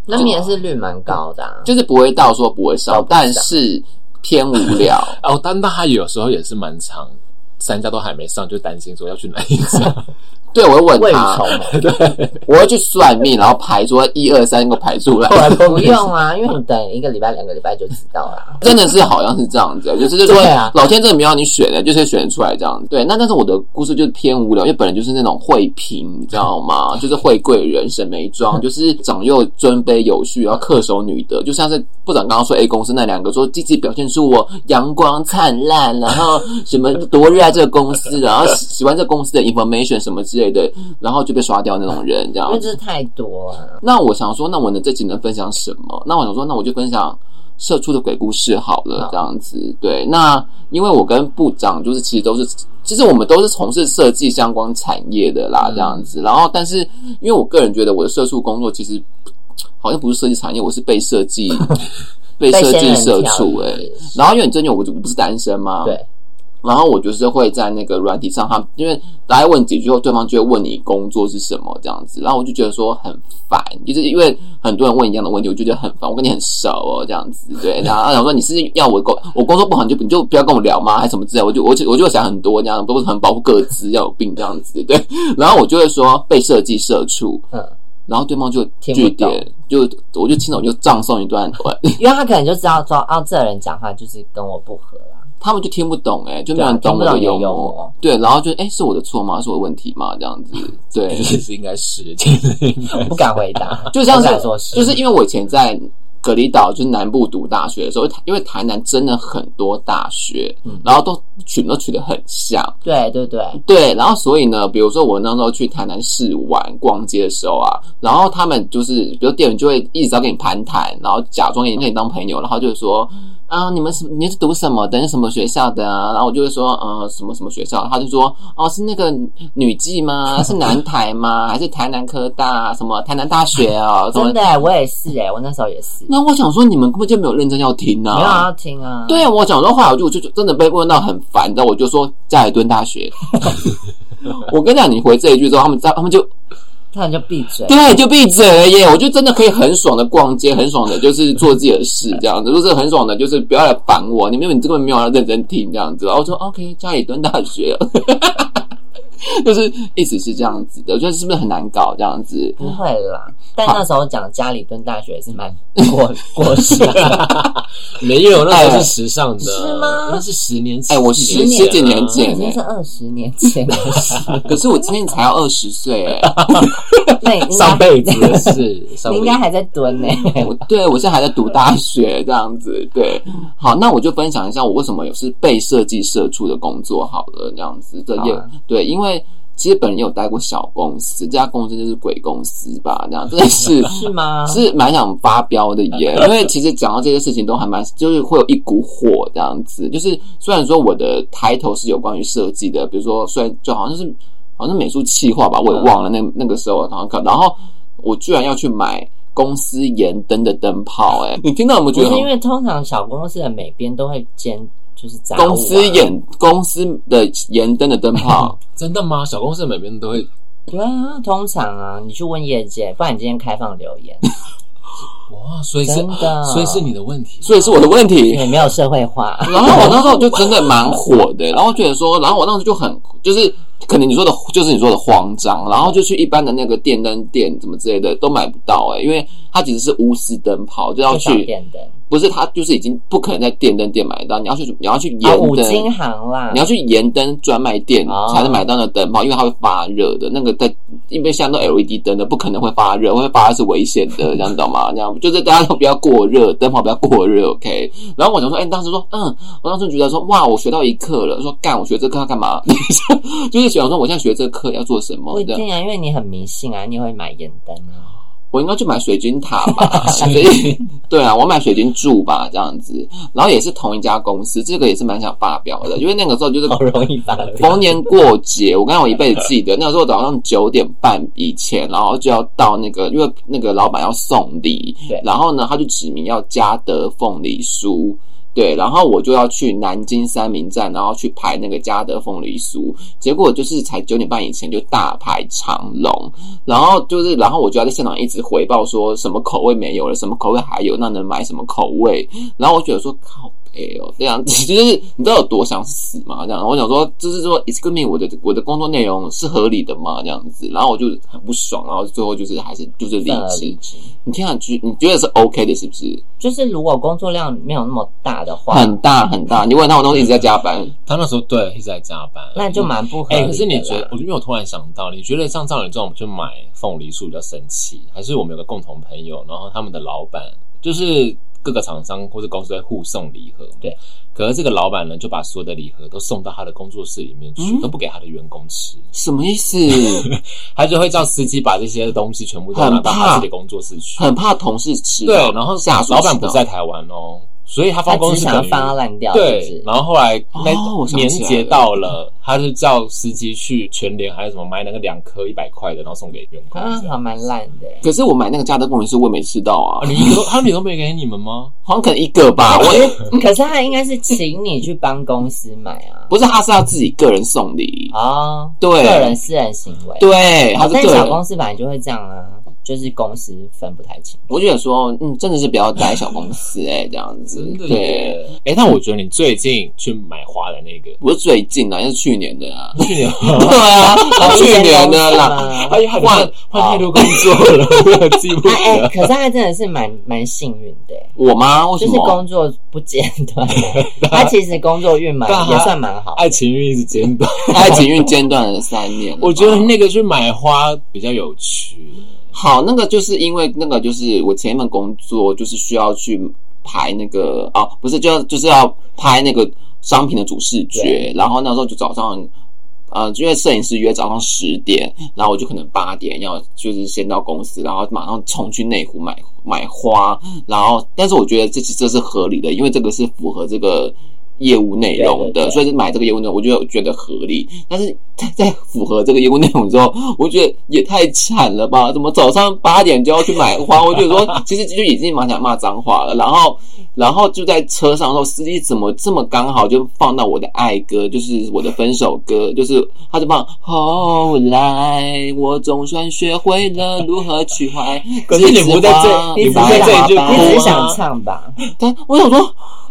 D: 那面试率蛮高的、啊，
A: 就是不会到说不会上，但是偏无 聊。
C: 哦，但但他有时候也是蛮长，三家都还没上，就担心说要去哪一家。
A: 对，我会
D: 未
A: 问
D: 雨
A: 他
D: 绸，缪。
A: 我会去算命，然后排出一二 三，给我排出来。
D: 不用 啊，因为你等一个礼拜、两个礼拜就知道啊啦。
A: 真的是好像是这样子，欸就是说
D: 对啊
A: 老天真的没有让你选的，就是选出来这样子。对，那但是我的故事就是偏无聊，因为本人就是那种会评，你知道 吗？就是会贵人、沈眉庄，就是长幼尊卑有序，然后恪守女德。就像是部长刚刚说 A 公司那两个说积极表现出我阳光灿烂，然后什么多热爱这个公司，然后喜欢这公司的 information 什么之类的，然后就被刷掉那种人，这样
D: 因
A: 子
D: 为。这太多啊，
A: 那我想说，那我能这集能分享什么？那我想说，那我就分享社畜的鬼故事好了，这样子。对，那因为我跟部长就是其实都是，其实我们都是从事设计相关产业的啦，这样子。然后，但是因为我个人觉得我的社畜工作其实好像不是设计产业，我是被设计被设计社畜哎、
D: 被仙人跳是不是
A: 然后因为你最近我我不是单身吗？
D: 对。
A: 然后我就是会在那个软体上，他因为大家问几句后，对方就会问你工作是什么这样子，然后我就觉得说很烦，就是因为很多人问一样的问题，我就觉得很烦。我跟你很熟哦，这样子 对，然后想说你是要我工我工作不好，你就你就不要跟我聊吗？还是什么之类的？我就我就我就想很多这样，都是很保护各自，要有病这样子对。 然后我就会说被设计社畜，
D: 嗯，
A: 然后对方就
D: 听
A: 据
D: 不懂
A: 点，就我就亲手就葬送一段，
D: 因为他可能就知道说，哦，这人讲话就是跟我不合啦。
A: 他们就听不懂哎、就没
D: 对
A: 有
D: 啊
A: 人懂我的
D: 听不懂
A: 幽
D: 你的幽
A: 默
D: 默，
A: 对，然后就哎、是我的错吗？是我的问题吗？这 样子，对
C: 其，实应该是，其实应该
D: 我啊不敢回 答，
A: 就像
D: 不敢说
A: 是就是因为我以前在隔离岛，就是南部读大学的时候，因为台南真的很多大学，
D: 嗯
A: 然后都取名都取得很像，
D: 对对对，
A: 对，然后所以呢，比如说我那时候去台南市玩逛街的时候啊，然后他们就是，比如店员就会一直要跟你攀谈，然后假装跟你跟你当朋友，然后就会说啊，你们是你是读什么的，你是什么学校的啊？然后我就会说，呃，什么什么学校？他就说，哦，是那个女技 吗？是南台吗？还是台南科大？什么台南大学啊？什么
D: 真？的、我也是哎、我那时候也是，
A: 那我想说，你们根本就没有认真要听啊！
D: 没有人要听啊。
A: 对啊，我讲的话，我就我就真的被问到很烦，你知道，我就说家里蹲大学。我跟你讲，你回这一句之后，他们他们就
D: 他们就闭嘴。
A: 对就闭嘴了耶！我就真的可以很爽的逛街，很爽的就是做自己的事，这样子，就是很爽的，就是不要来烦我，你们你根本没有要认真听这样子。然后我说 OK，家里蹲大学，哦 就是一直是这样子的，我觉得是不是很难搞这样子？
D: 不会啦，但那时候讲家里蹲大学也是蛮过过时的，
C: 没有，那时候是时尚的，
D: 是吗
C: 那是十年前，
A: 哎我
C: 10
A: 十十几
C: 前啊
A: 年
D: 那
A: 前
D: 已经是二十年前的事。
A: 可是我今年才要二十岁哎。
D: 那你应
C: 上
D: 该
C: 辈子的事，上
D: 你
C: 辈子
D: 应该还在蹲呢、欸
A: 我对我现在还在读大学这样子，对，好，那我就分享一下我为什么有是被设计社畜的工作好了，这样子，这
D: 好啊
A: 也、对，因为其实本人也有待过小公司，这家公司就是鬼公司吧，这样真的是
D: 是吗？
A: 是蛮想发飙的耶， 因为其实讲到这些事情都还蛮，就是会有一股火这样子。就是虽然说我的抬头是有关于设计的，比如说虽然就好像是好像是美术企划吧，我
D: 嗯
A: 也忘了那那个时候好像看，然后我居然要去买公司盐灯的灯泡，哎，你听到有没有
D: 不
A: 觉 得
D: 是
A: 很
D: 因为通常小公司的每边都会兼就是杂物、啊、
A: 公司眼公司的盐灯的灯泡？
C: 真的吗？小公司每边都会
D: 对啊，通常啊，你去问业界，不然你今天开放留言，
C: 哇，所以是
D: 真的
C: 所以是你的问题，
A: 所以是我的问题，
D: 也没有社会化。
A: 然后我那时候就真的蛮火的，然后觉得说，然后我当时就很就是可能你说的，就是你说的慌张，然后就去一般的那个电灯店什么之类的都买不到哎、因为他其实是无私灯泡，就要
D: 去找
A: 去
D: 电灯
A: 不是他就是已经不可能在电灯店买到，你要去你要去
D: 啊，
A: 盐
D: 五
A: 灯。
D: 金行啦，
A: 你要去盐灯专卖店
D: 嗯哦
A: 才能买到那个灯泡，因为它会发热的。那个在因为现在都 LED E 灯的，不可能会发热，会发热是危险的，这样懂吗？这样就是大家都不要过热，灯泡不要过热，OK。然后我想说，哎、你当时说，嗯，我当时觉得说，哇，我学到一课了。说干，我学这课要干嘛？ 就是想说，我现在学这课要做什
D: 不
A: 么？
D: 一
A: 这样
D: 定啊，因为你很迷信啊，你会买盐灯啊。
A: 我应该去买水晶塔吧，所以对啊，我买水晶柱吧，这样子，然后也是同一家公司，这个也是蛮想发表的，因为那个时候就是
D: 好容易发表
A: 逢年过节，我刚刚我一辈子记得，那个时候早上九点半以前，然后就要到那个，因为那个老板要送礼
D: 对，
A: 然后呢，他就指名要嘉德凤梨酥。对，然后我就要去南京三明站，然后去排那个嘉德凤梨酥，结果就是才九点半以前就大排长龙，然后就是，然后我就要在现场一直回报说什么口味没有了，什么口味还有，那能买什么口味？然后我觉得说靠北哦，这样子就是你知道有多想死吗？这样，我想说就是说，excuse me，我的我的工作内容是合理的吗？这样子，然后我就很不爽，然后最后就是还是就是离
D: 算而
A: 职
D: 呃离。职
A: 你听上去你觉得是 OK 的，是不是？
D: 就是如果工作量没有那么大的话，
A: 很大很大，你问他，我都一直在加班。
C: 他那时候对一直在加班，
D: 那就蛮不合理
C: 哎、
D: 的啦。
C: 可是你觉得，我就没有突然想到，你觉得像照你这种去买凤梨酥比较神奇，还是我们有个共同朋友，然后他们的老板就是各个厂商或者公司会互送礼盒嘛？
D: 对。
C: 可是这个老板呢，就把所有的礼盒都送到他的工作室里面去，
A: 嗯
C: 都不给他的员工吃，
A: 什么意思？
C: 他就会叫司机把这些东西全部都
A: 很
C: 拿到
A: 怕
C: 他自己的工作室去。
A: 很怕同事吃到。
C: 对，哦然后
A: 下属
C: 老板
A: 吃
C: 不
A: 到
C: 在台湾哦，所以他
D: 他
C: 放公
D: 只
C: 司
D: 是想要
C: 等于
D: 放它烂掉，是
C: 对，
D: 不是
C: 然后后来
A: 哦
C: 那
A: 我想起来
C: 年节到了，他是叫司机去全联还是什么买那个两颗一百块的，然后送给员工
D: 啊，
C: 这样。
D: 还蛮烂的。
A: 可是我买那个加德凤梨酥，我也没吃到啊
C: 啊，，你哦一个都他们都没给你们吗？
A: 好像可能一个吧。我也
D: 可是他应该是请你去帮公司买啊，
A: 不是，他是他自己个人送礼，
D: 哦，
A: 对
D: 个人私人行为，
A: 对，他
D: 哦，
A: 是
D: 但
A: 个
D: 小
A: 人。
D: 公司本来就会这样啊，就是公司分不太清。
A: 我就想说，嗯，真的是不要待小公司哎、这样子
C: 真。
A: 对，
C: 的耶！哎，但我觉得你最近去买花的那个，
A: 不是最近的，是去年的 啊。
C: 去年
A: 对
C: 哦
A: 啊， 去年的啦。
D: 啦
C: 哎呀，换换太多工作了，我有记不
D: 哎、
C: 得。
D: 可是他真的是蛮蛮幸运的、
A: 我吗？为
D: 就
A: 什
D: 是
C: 啊
A: 么？
D: 工作不间断， 他其实工作运蛮
C: 对啊
D: 也算蛮好的。
C: 爱情运一直间断，
A: 爱情运间断了三年啊了吧。
C: 啊我觉得那个去买花比较有趣。
A: 好，那个就是因为那个就是我前一份工作就是需要去排那个哦，不是就要就是要拍那个商品的主视觉，然后那时候就早上。呃，因为摄影师约早上十点，
D: 嗯
A: 然后我就可能八点要就是先到公司，然后马上冲去内湖买买花，
D: 嗯
A: 然后但是我觉得这是这是合理的，因为这个是符合这个业务内容
D: 对对嗯
A: 的，
D: 对
A: 所以买这个业务内容，我就觉得合理。但是在在符合这个业务内容之后，我觉得也太惨了吧？怎么早上八点就要去买花？我就说，其实就已经蛮想骂脏话了。然后，然后就在车上的时候，司机怎么这么刚好就放到我的爱歌，就是我的分手歌，就是他就放。后来我总算学会了如何去怀。
C: 可是你不在这你
D: 你只
C: 不在
D: 是
C: 这里就
D: 想你
C: 哭
D: 只
C: 啊
D: 是想唱吧？
A: 但我想说，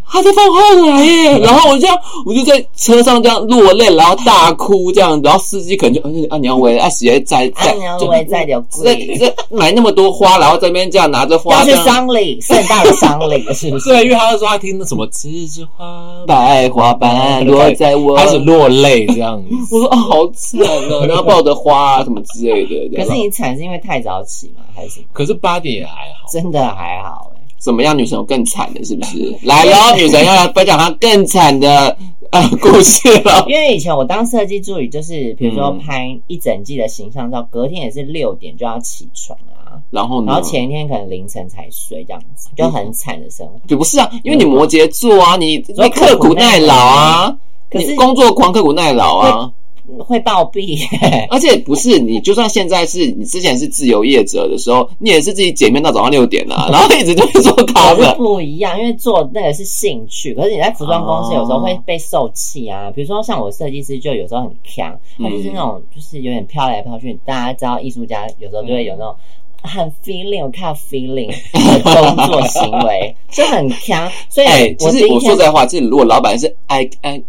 A: 他在放后来耶，然后我这样，我就在车上这样落泪，然后大哭这样，然后司机可能就嗯啊，你要为啊，谁在在
D: 啊，你要为在流
A: 在
D: 跪，
A: 在买那么多花，然后这边这样拿着花
D: 要
A: 这
D: 去
A: 样。
D: 丧礼，盛大的丧 礼是不是？
C: 对，因为他说他听那什么《栀子花》，
A: 百花瓣落在 我，
C: 开始落泪这样子。
A: 我说啊，好惨哦，然后抱着花、啊、什么之类的。
D: 可
A: 对吧
D: 是你惨是因为太早起吗？还是
C: 可是八点也还好，
D: 真的还好、欸？
A: 怎么样，女神有更惨的，是不是？来喽，女神要来分享她更惨的呃故事 了。
D: 因为以前我当设计助理，就是比如说
A: 嗯
D: 拍一整季的形象照，隔天也是六点就要起床啊，
A: 然
C: 嗯
A: 后呢？
D: 然后前一天可能凌晨才睡，这样子就很惨的
C: 嗯
D: 生活。
A: 不是啊，因为你摩羯座啊，你
D: 所以
A: 你刻苦耐劳啊，
D: 可是
A: 你工作狂刻苦耐劳啊，
D: 会暴毙、欸，
A: 而且不是你，就算现在是你之前是自由业者的时候，你也是自己剪片到早上六点 啊，然后一直就会做
D: 可
A: cover
D: 是。不一样，因为做那个是兴趣，可是你在服装公司有时候会
A: 哦
D: 被受气啊。比如说像我设计师就有时候很强，
A: 嗯
D: 他就是那种就是有点飘来飘去，大家知道艺术家有时候就会有那种。很 feeling，我看到 feeling 的工作行为就很强，所以
A: 哎，
D: 我
A: 其
D: 第
A: 实
D: 一
A: 我说
D: 天
A: 实在话，这如果老板是爱爱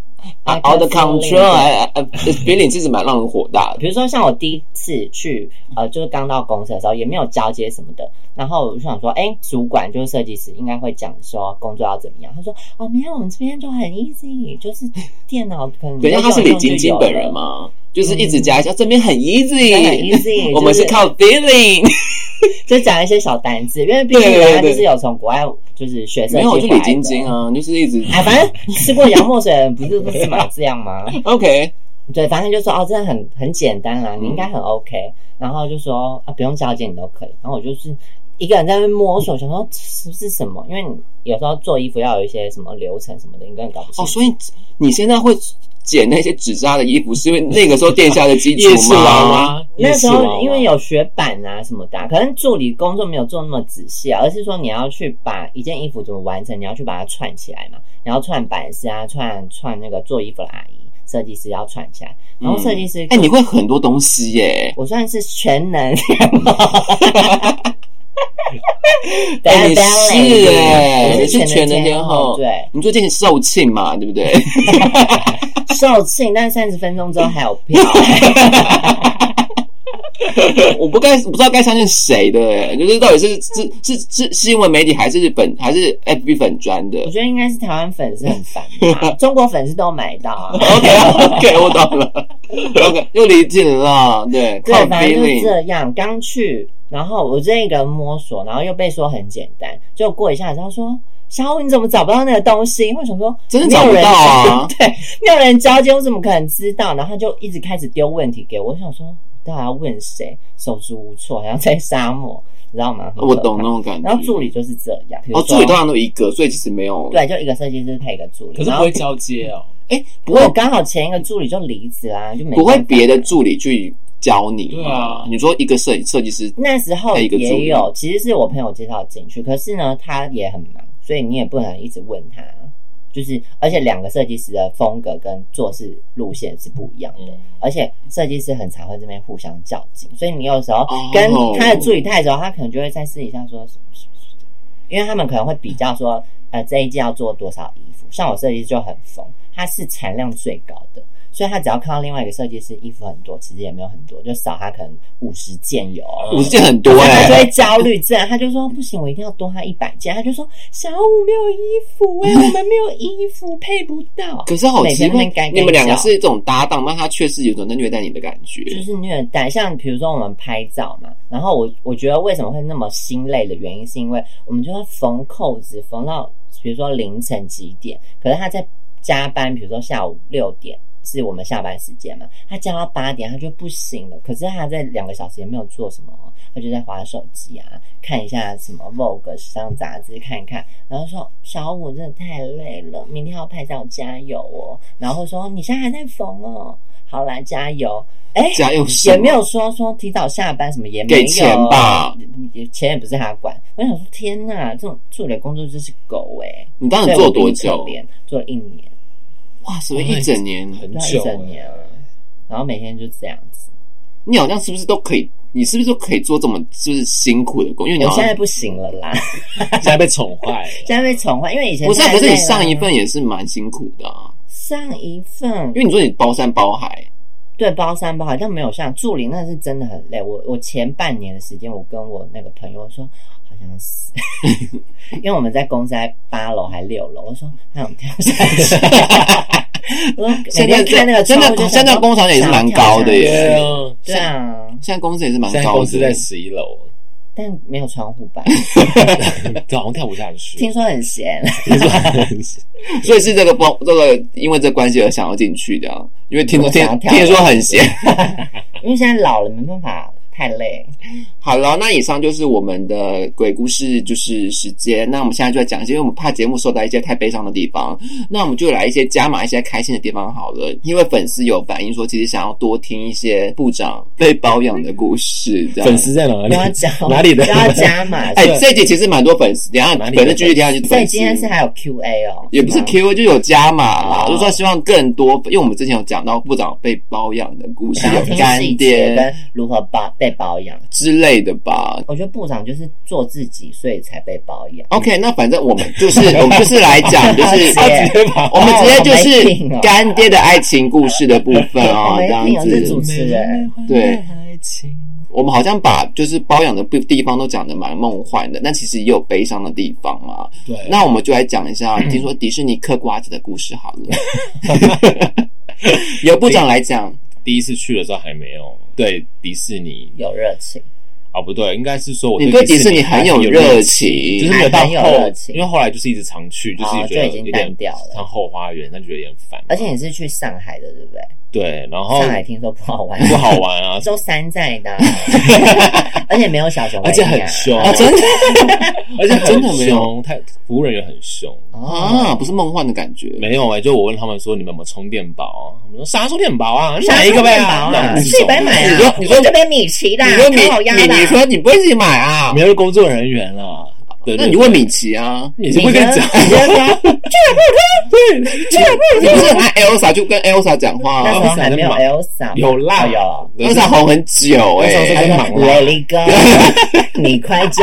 A: I
D: I
A: out of
D: can feel
A: control，
D: it
A: 哎哎，feeling 其实蛮让人火大的。
D: 比如说像我第一次去，呃，就是刚到公司的时候，也没有交接什么的，然后我就想说，哎、主管就是设计师，应该会讲说工作要怎么样。他说，哦，没有，我们这边就很 easy，就是电脑可能
A: 等一下，他是李晶晶本人
D: 吗？
A: 吗？就是一直加一下，这边很 easy，
D: 很 easy，
A: 我们是
D: 就是
A: 靠 feeling。
D: 就讲一些小单字，因为毕竟
A: 对对
D: 人家
A: 对
D: 就是有从国外就是学设
A: 没
D: 计
A: 有，
D: 回
A: 就
D: 来
A: 李
D: 的
A: 晶晶。啊，就是一直
D: 哎，反正吃过洋墨水的人不是不是嘛这样吗？
A: OK，
D: 对，反正就说哦，真的很很简单啦，你应该
A: 嗯
D: 很 OK。然后就说啊，不用交接你都可以。然后我就是一个人在那边摸索，想说是不是什么？因为你有时候做衣服要有一些什么流程什么的，你根本搞不清
A: 哦，
D: 楚。
A: 所以你现在会剪那些纸扎的衣服，是因为那个时候殿下的基
C: 夜
A: 础
C: 市娃
A: 吗？
C: 娃，
D: 那
C: 夜
D: 时
C: 市娃
A: 哦
D: 候
C: 娃
D: 因为有学板啊什么的啊、可能助理工作没有做那么仔细啊，而是说你要去把一件衣服怎么完成，你要去把它串起来嘛，你要串版式啊，串串那个做衣服的阿姨、设计师要串起来，然后设计师
A: 哎、你会很多东西耶、
D: 我算是全
A: 哎
D: 能。 对
A: 哎你是哎
D: 我
A: 你是全能
D: 能
A: 天后
D: 对，
A: 你最近售罄嘛，对不对？
D: 售罄，但三十分钟之后还有 票。
A: 我不该不知道该相信谁的、哎就是到底是是是是新闻媒体还是本还是 FB 粉砖的
D: 我觉得应该是台湾粉丝很烦吧，中国粉丝都买到啊。
A: ？OK OK，我懂了，OK 又理解了，对，
D: 对
A: 靠，
D: 反正就是
A: feeling，
D: 这样。刚去，然后我这个摸索，然后又被说很简单，就过一下子，他说：“小五，你怎么找不到那个东西？”我想说，
A: 真的
D: 没有
A: 找不
D: 人
A: 到啊
D: 对，没有人交接，我怎么可能知道？然后他就一直开始丢问题给我，我想说，到底要问谁？手足无措，好像在沙漠，你知道吗？很 可
A: 我懂那
D: 怕。
A: 种感觉。
D: 然后助理就是这样，比如
A: 哦，
D: 说
A: 助理通常都一个，所以其实没有。
D: 对，就一个设计师配一个助理，
C: 可是不会交接哦。
A: 哎，不
D: 不
A: 会
D: 过刚好前一个助理就离职啦，就没
A: 不会
D: 办法
A: 别的助理去教你吗
C: 对啊
A: 你说一个设设计师，
D: 那时候
A: 配一个助理
D: 也有，其实是我朋友介绍进去，可是呢，他也很忙，所以你也不能一直问他。就是，而且两个设计师的风格跟做事路线是不一样的，
C: 嗯
D: 而且设计师很常会这边互相较劲，所以你有时候
A: 哦
D: 跟他的助理太熟，他可能就会在私底下说，因为他们可能会比较说，呃，这一季要做多少衣服。像我设计师就很疯，他是产量最高的，所以他只要看到另外一个设计师衣服很多，其实也没有很多，就少他可能五十件有哦，
A: 五十件很多
D: 他
A: 哎、
D: 就会焦虑症，他就说不行，我一定要多他一百件。他就说小五没有衣服 哎、我们没有衣服配不到。
A: 可是好
D: 每
A: 奇
D: 天在那
A: 怪
D: 边干，
A: 你们两个
D: 干笑
A: 是这种搭档，那他确实有种在虐待你的感觉。
D: 就是虐待，像比如说我们拍照嘛，然后我我觉得为什么会那么心累的原因，是因为我们就要缝扣子，缝到比如说凌晨几点，可是他在加班，比如说下午六点是我们下班时间嘛，他加到八点他就不行了，可是他在两个小时也没有做什么哦，他就在划手机啊，看一下什么 Vogue 时尚杂志看一看，然后说小五真的太累了，明天要拍照加油哦，然后说你现在还在缝哦。好啦，加油！哎，
A: 家用什
D: 也
A: 么
D: 没有说说提早下班什么，也没有
A: 给钱吧，
D: 也钱也不是他管。我想说，天哪，这种助理的工作真是狗哎、欸！
A: 你当时
D: 对
A: 做
D: 我比
A: 多
D: 你可
A: 久？
D: 怜做了一年，
A: 哇，什么一整年？
C: 很
D: 对啊
C: 久
D: 一整
C: 欸
D: 年啊，然后每天就这样子。
A: 你好像是不是都可以？你是不是都可以做这么就是辛苦的工？因为你
D: 我
A: 好
D: 现在
A: 像
D: 不行了啦，
C: 现在被宠 坏了。
D: 现在被宠坏，因为以前
A: 不是啊，
D: 太
A: 可是
D: 累
A: 你
D: 了
A: 上一份也是蛮辛苦的啊。
D: 上一份
A: 因为你说你包山包海，
D: 对包三包，好像没有像助理那是真的很累。我我前半年的时间，我跟我那个朋友说，好像是，因为我们在公司在八楼还六楼，我说他想跳下去。我说每
A: 现在
D: 天看那个
A: 真
D: 窗户就
A: 的
D: 想
A: 现在
D: 说
A: 工厂也是蛮高的
D: 想要跳下去
A: 耶
C: 对，啊，
D: 对啊，
A: 现在公司也是蛮
C: 现在
A: 高
C: 公司在
A: 的。
C: 十一 楼，
D: 但没有窗户吧？
A: 啊
C: 早上跳不下去。
D: 听说很闲，
A: 所以是这个包这个因为这关系而想要进去的啊，因为听说
D: 我
A: 听
D: 想要跳
A: 听说很闲。
D: 因为现在老了没办法，太累。
A: 好了，那以上就是我们的鬼故事，就是时间。那我们现在就来讲一些，因为我们怕节目受到一些太悲伤的地方，那我们就来一些加码一些开心的地方好了。因为粉丝有反映说，其实想要多听一些部长被包养的故事。这样
C: 粉，丝在哪
D: 不
C: 里
D: 要讲？
C: 哪里的？
D: 不要加码。
A: 哎、这一集其实蛮多粉丝，等一下
C: 哪里
A: 粉丝继续听下去。
D: 所以
A: 粉丝
D: 今天是还有 Q&A 哦，
A: 也不是
D: 吗
A: Q 就有加码啦，
D: 哦
A: 就说希望更多，因为我们之前有讲到部长被包养的故事，
D: 想要
A: 有
D: 听
A: 干
D: 哦细节
A: 爹，
D: 跟如何包被被包养。
A: 之类的吧。
D: 我觉得部长就是做自己，所以才被包养。哦
A: OK，那反正我们就是 我们就是来讲，就是
D: 他嗯 直
C: 接把
A: 我们直接就
D: 好没品
A: 是
D: 哦
A: 干爹的爱情故事的部分啊、
D: 好没
A: 这样
D: 品哦这主
A: 子。
D: 持人
A: 对
C: 爱情
A: 我们好像把就是包养的地地方都讲的蛮梦幻的，但其实也有悲伤的地方嘛。
C: 对，
A: 那我们就来讲一下，
D: 嗯
A: 听说迪士尼嗑瓜子的故事好了。 由部长来讲，
C: 第一次去的时候还没有对迪士尼
D: 有热情，
C: 哦，不对，应该是说我
A: 你
C: 对
A: 对迪士尼很有热
C: 热，
A: 情，
C: 就是没有到
D: 很有
C: 后
D: 热，情
C: 因为后来就是一直常去，就是
D: 哦
C: 觉得
D: 就已经
C: 有
D: 淡
C: 点
D: 掉了
C: 像后花园，但觉得有点烦。
D: 而且你是去上海的，对不对？
C: 对，然后
D: 上海听说不好玩，
C: 不好玩啊，
D: 周山寨的啊，而且没有小熊维尼啊，
C: 而且很凶，
A: 啊，真的
C: 而且
A: 真的
C: 很
A: 没有
C: 凶，太服务人员很凶。
D: 哦，
A: 啊，不是梦幻的感觉。
C: 没有哎、就我问他们说你们有没有充电宝？啊我们说啥充电宝啊？你买一个呗、
D: 啊，
C: 那我
D: 你
C: 们
D: 自己买买啊！
A: 你说你说
D: 我这边米奇的啊，
A: 你说米
D: 烤好鸭
A: 你
D: 的
A: 你
D: 啊，
A: 说你不会自己买啊？
C: 没有工作人员啊。对
A: 那你问米奇啊？
C: 你是不会
D: 你
C: 跟
D: 呢
C: 讲，
D: 你呢
A: 你不是拿 Elsa 就跟 Elsa 讲话
D: 那时
A: 啊
D: 候还没有 Elsa，
C: 有啦
D: 哦有。
A: ？Elsa 红很久哎、
C: 那时候
D: 他
C: 是
A: 欸，
C: 跟
D: 说
C: 忙啦
D: ：“Let it go，你快走。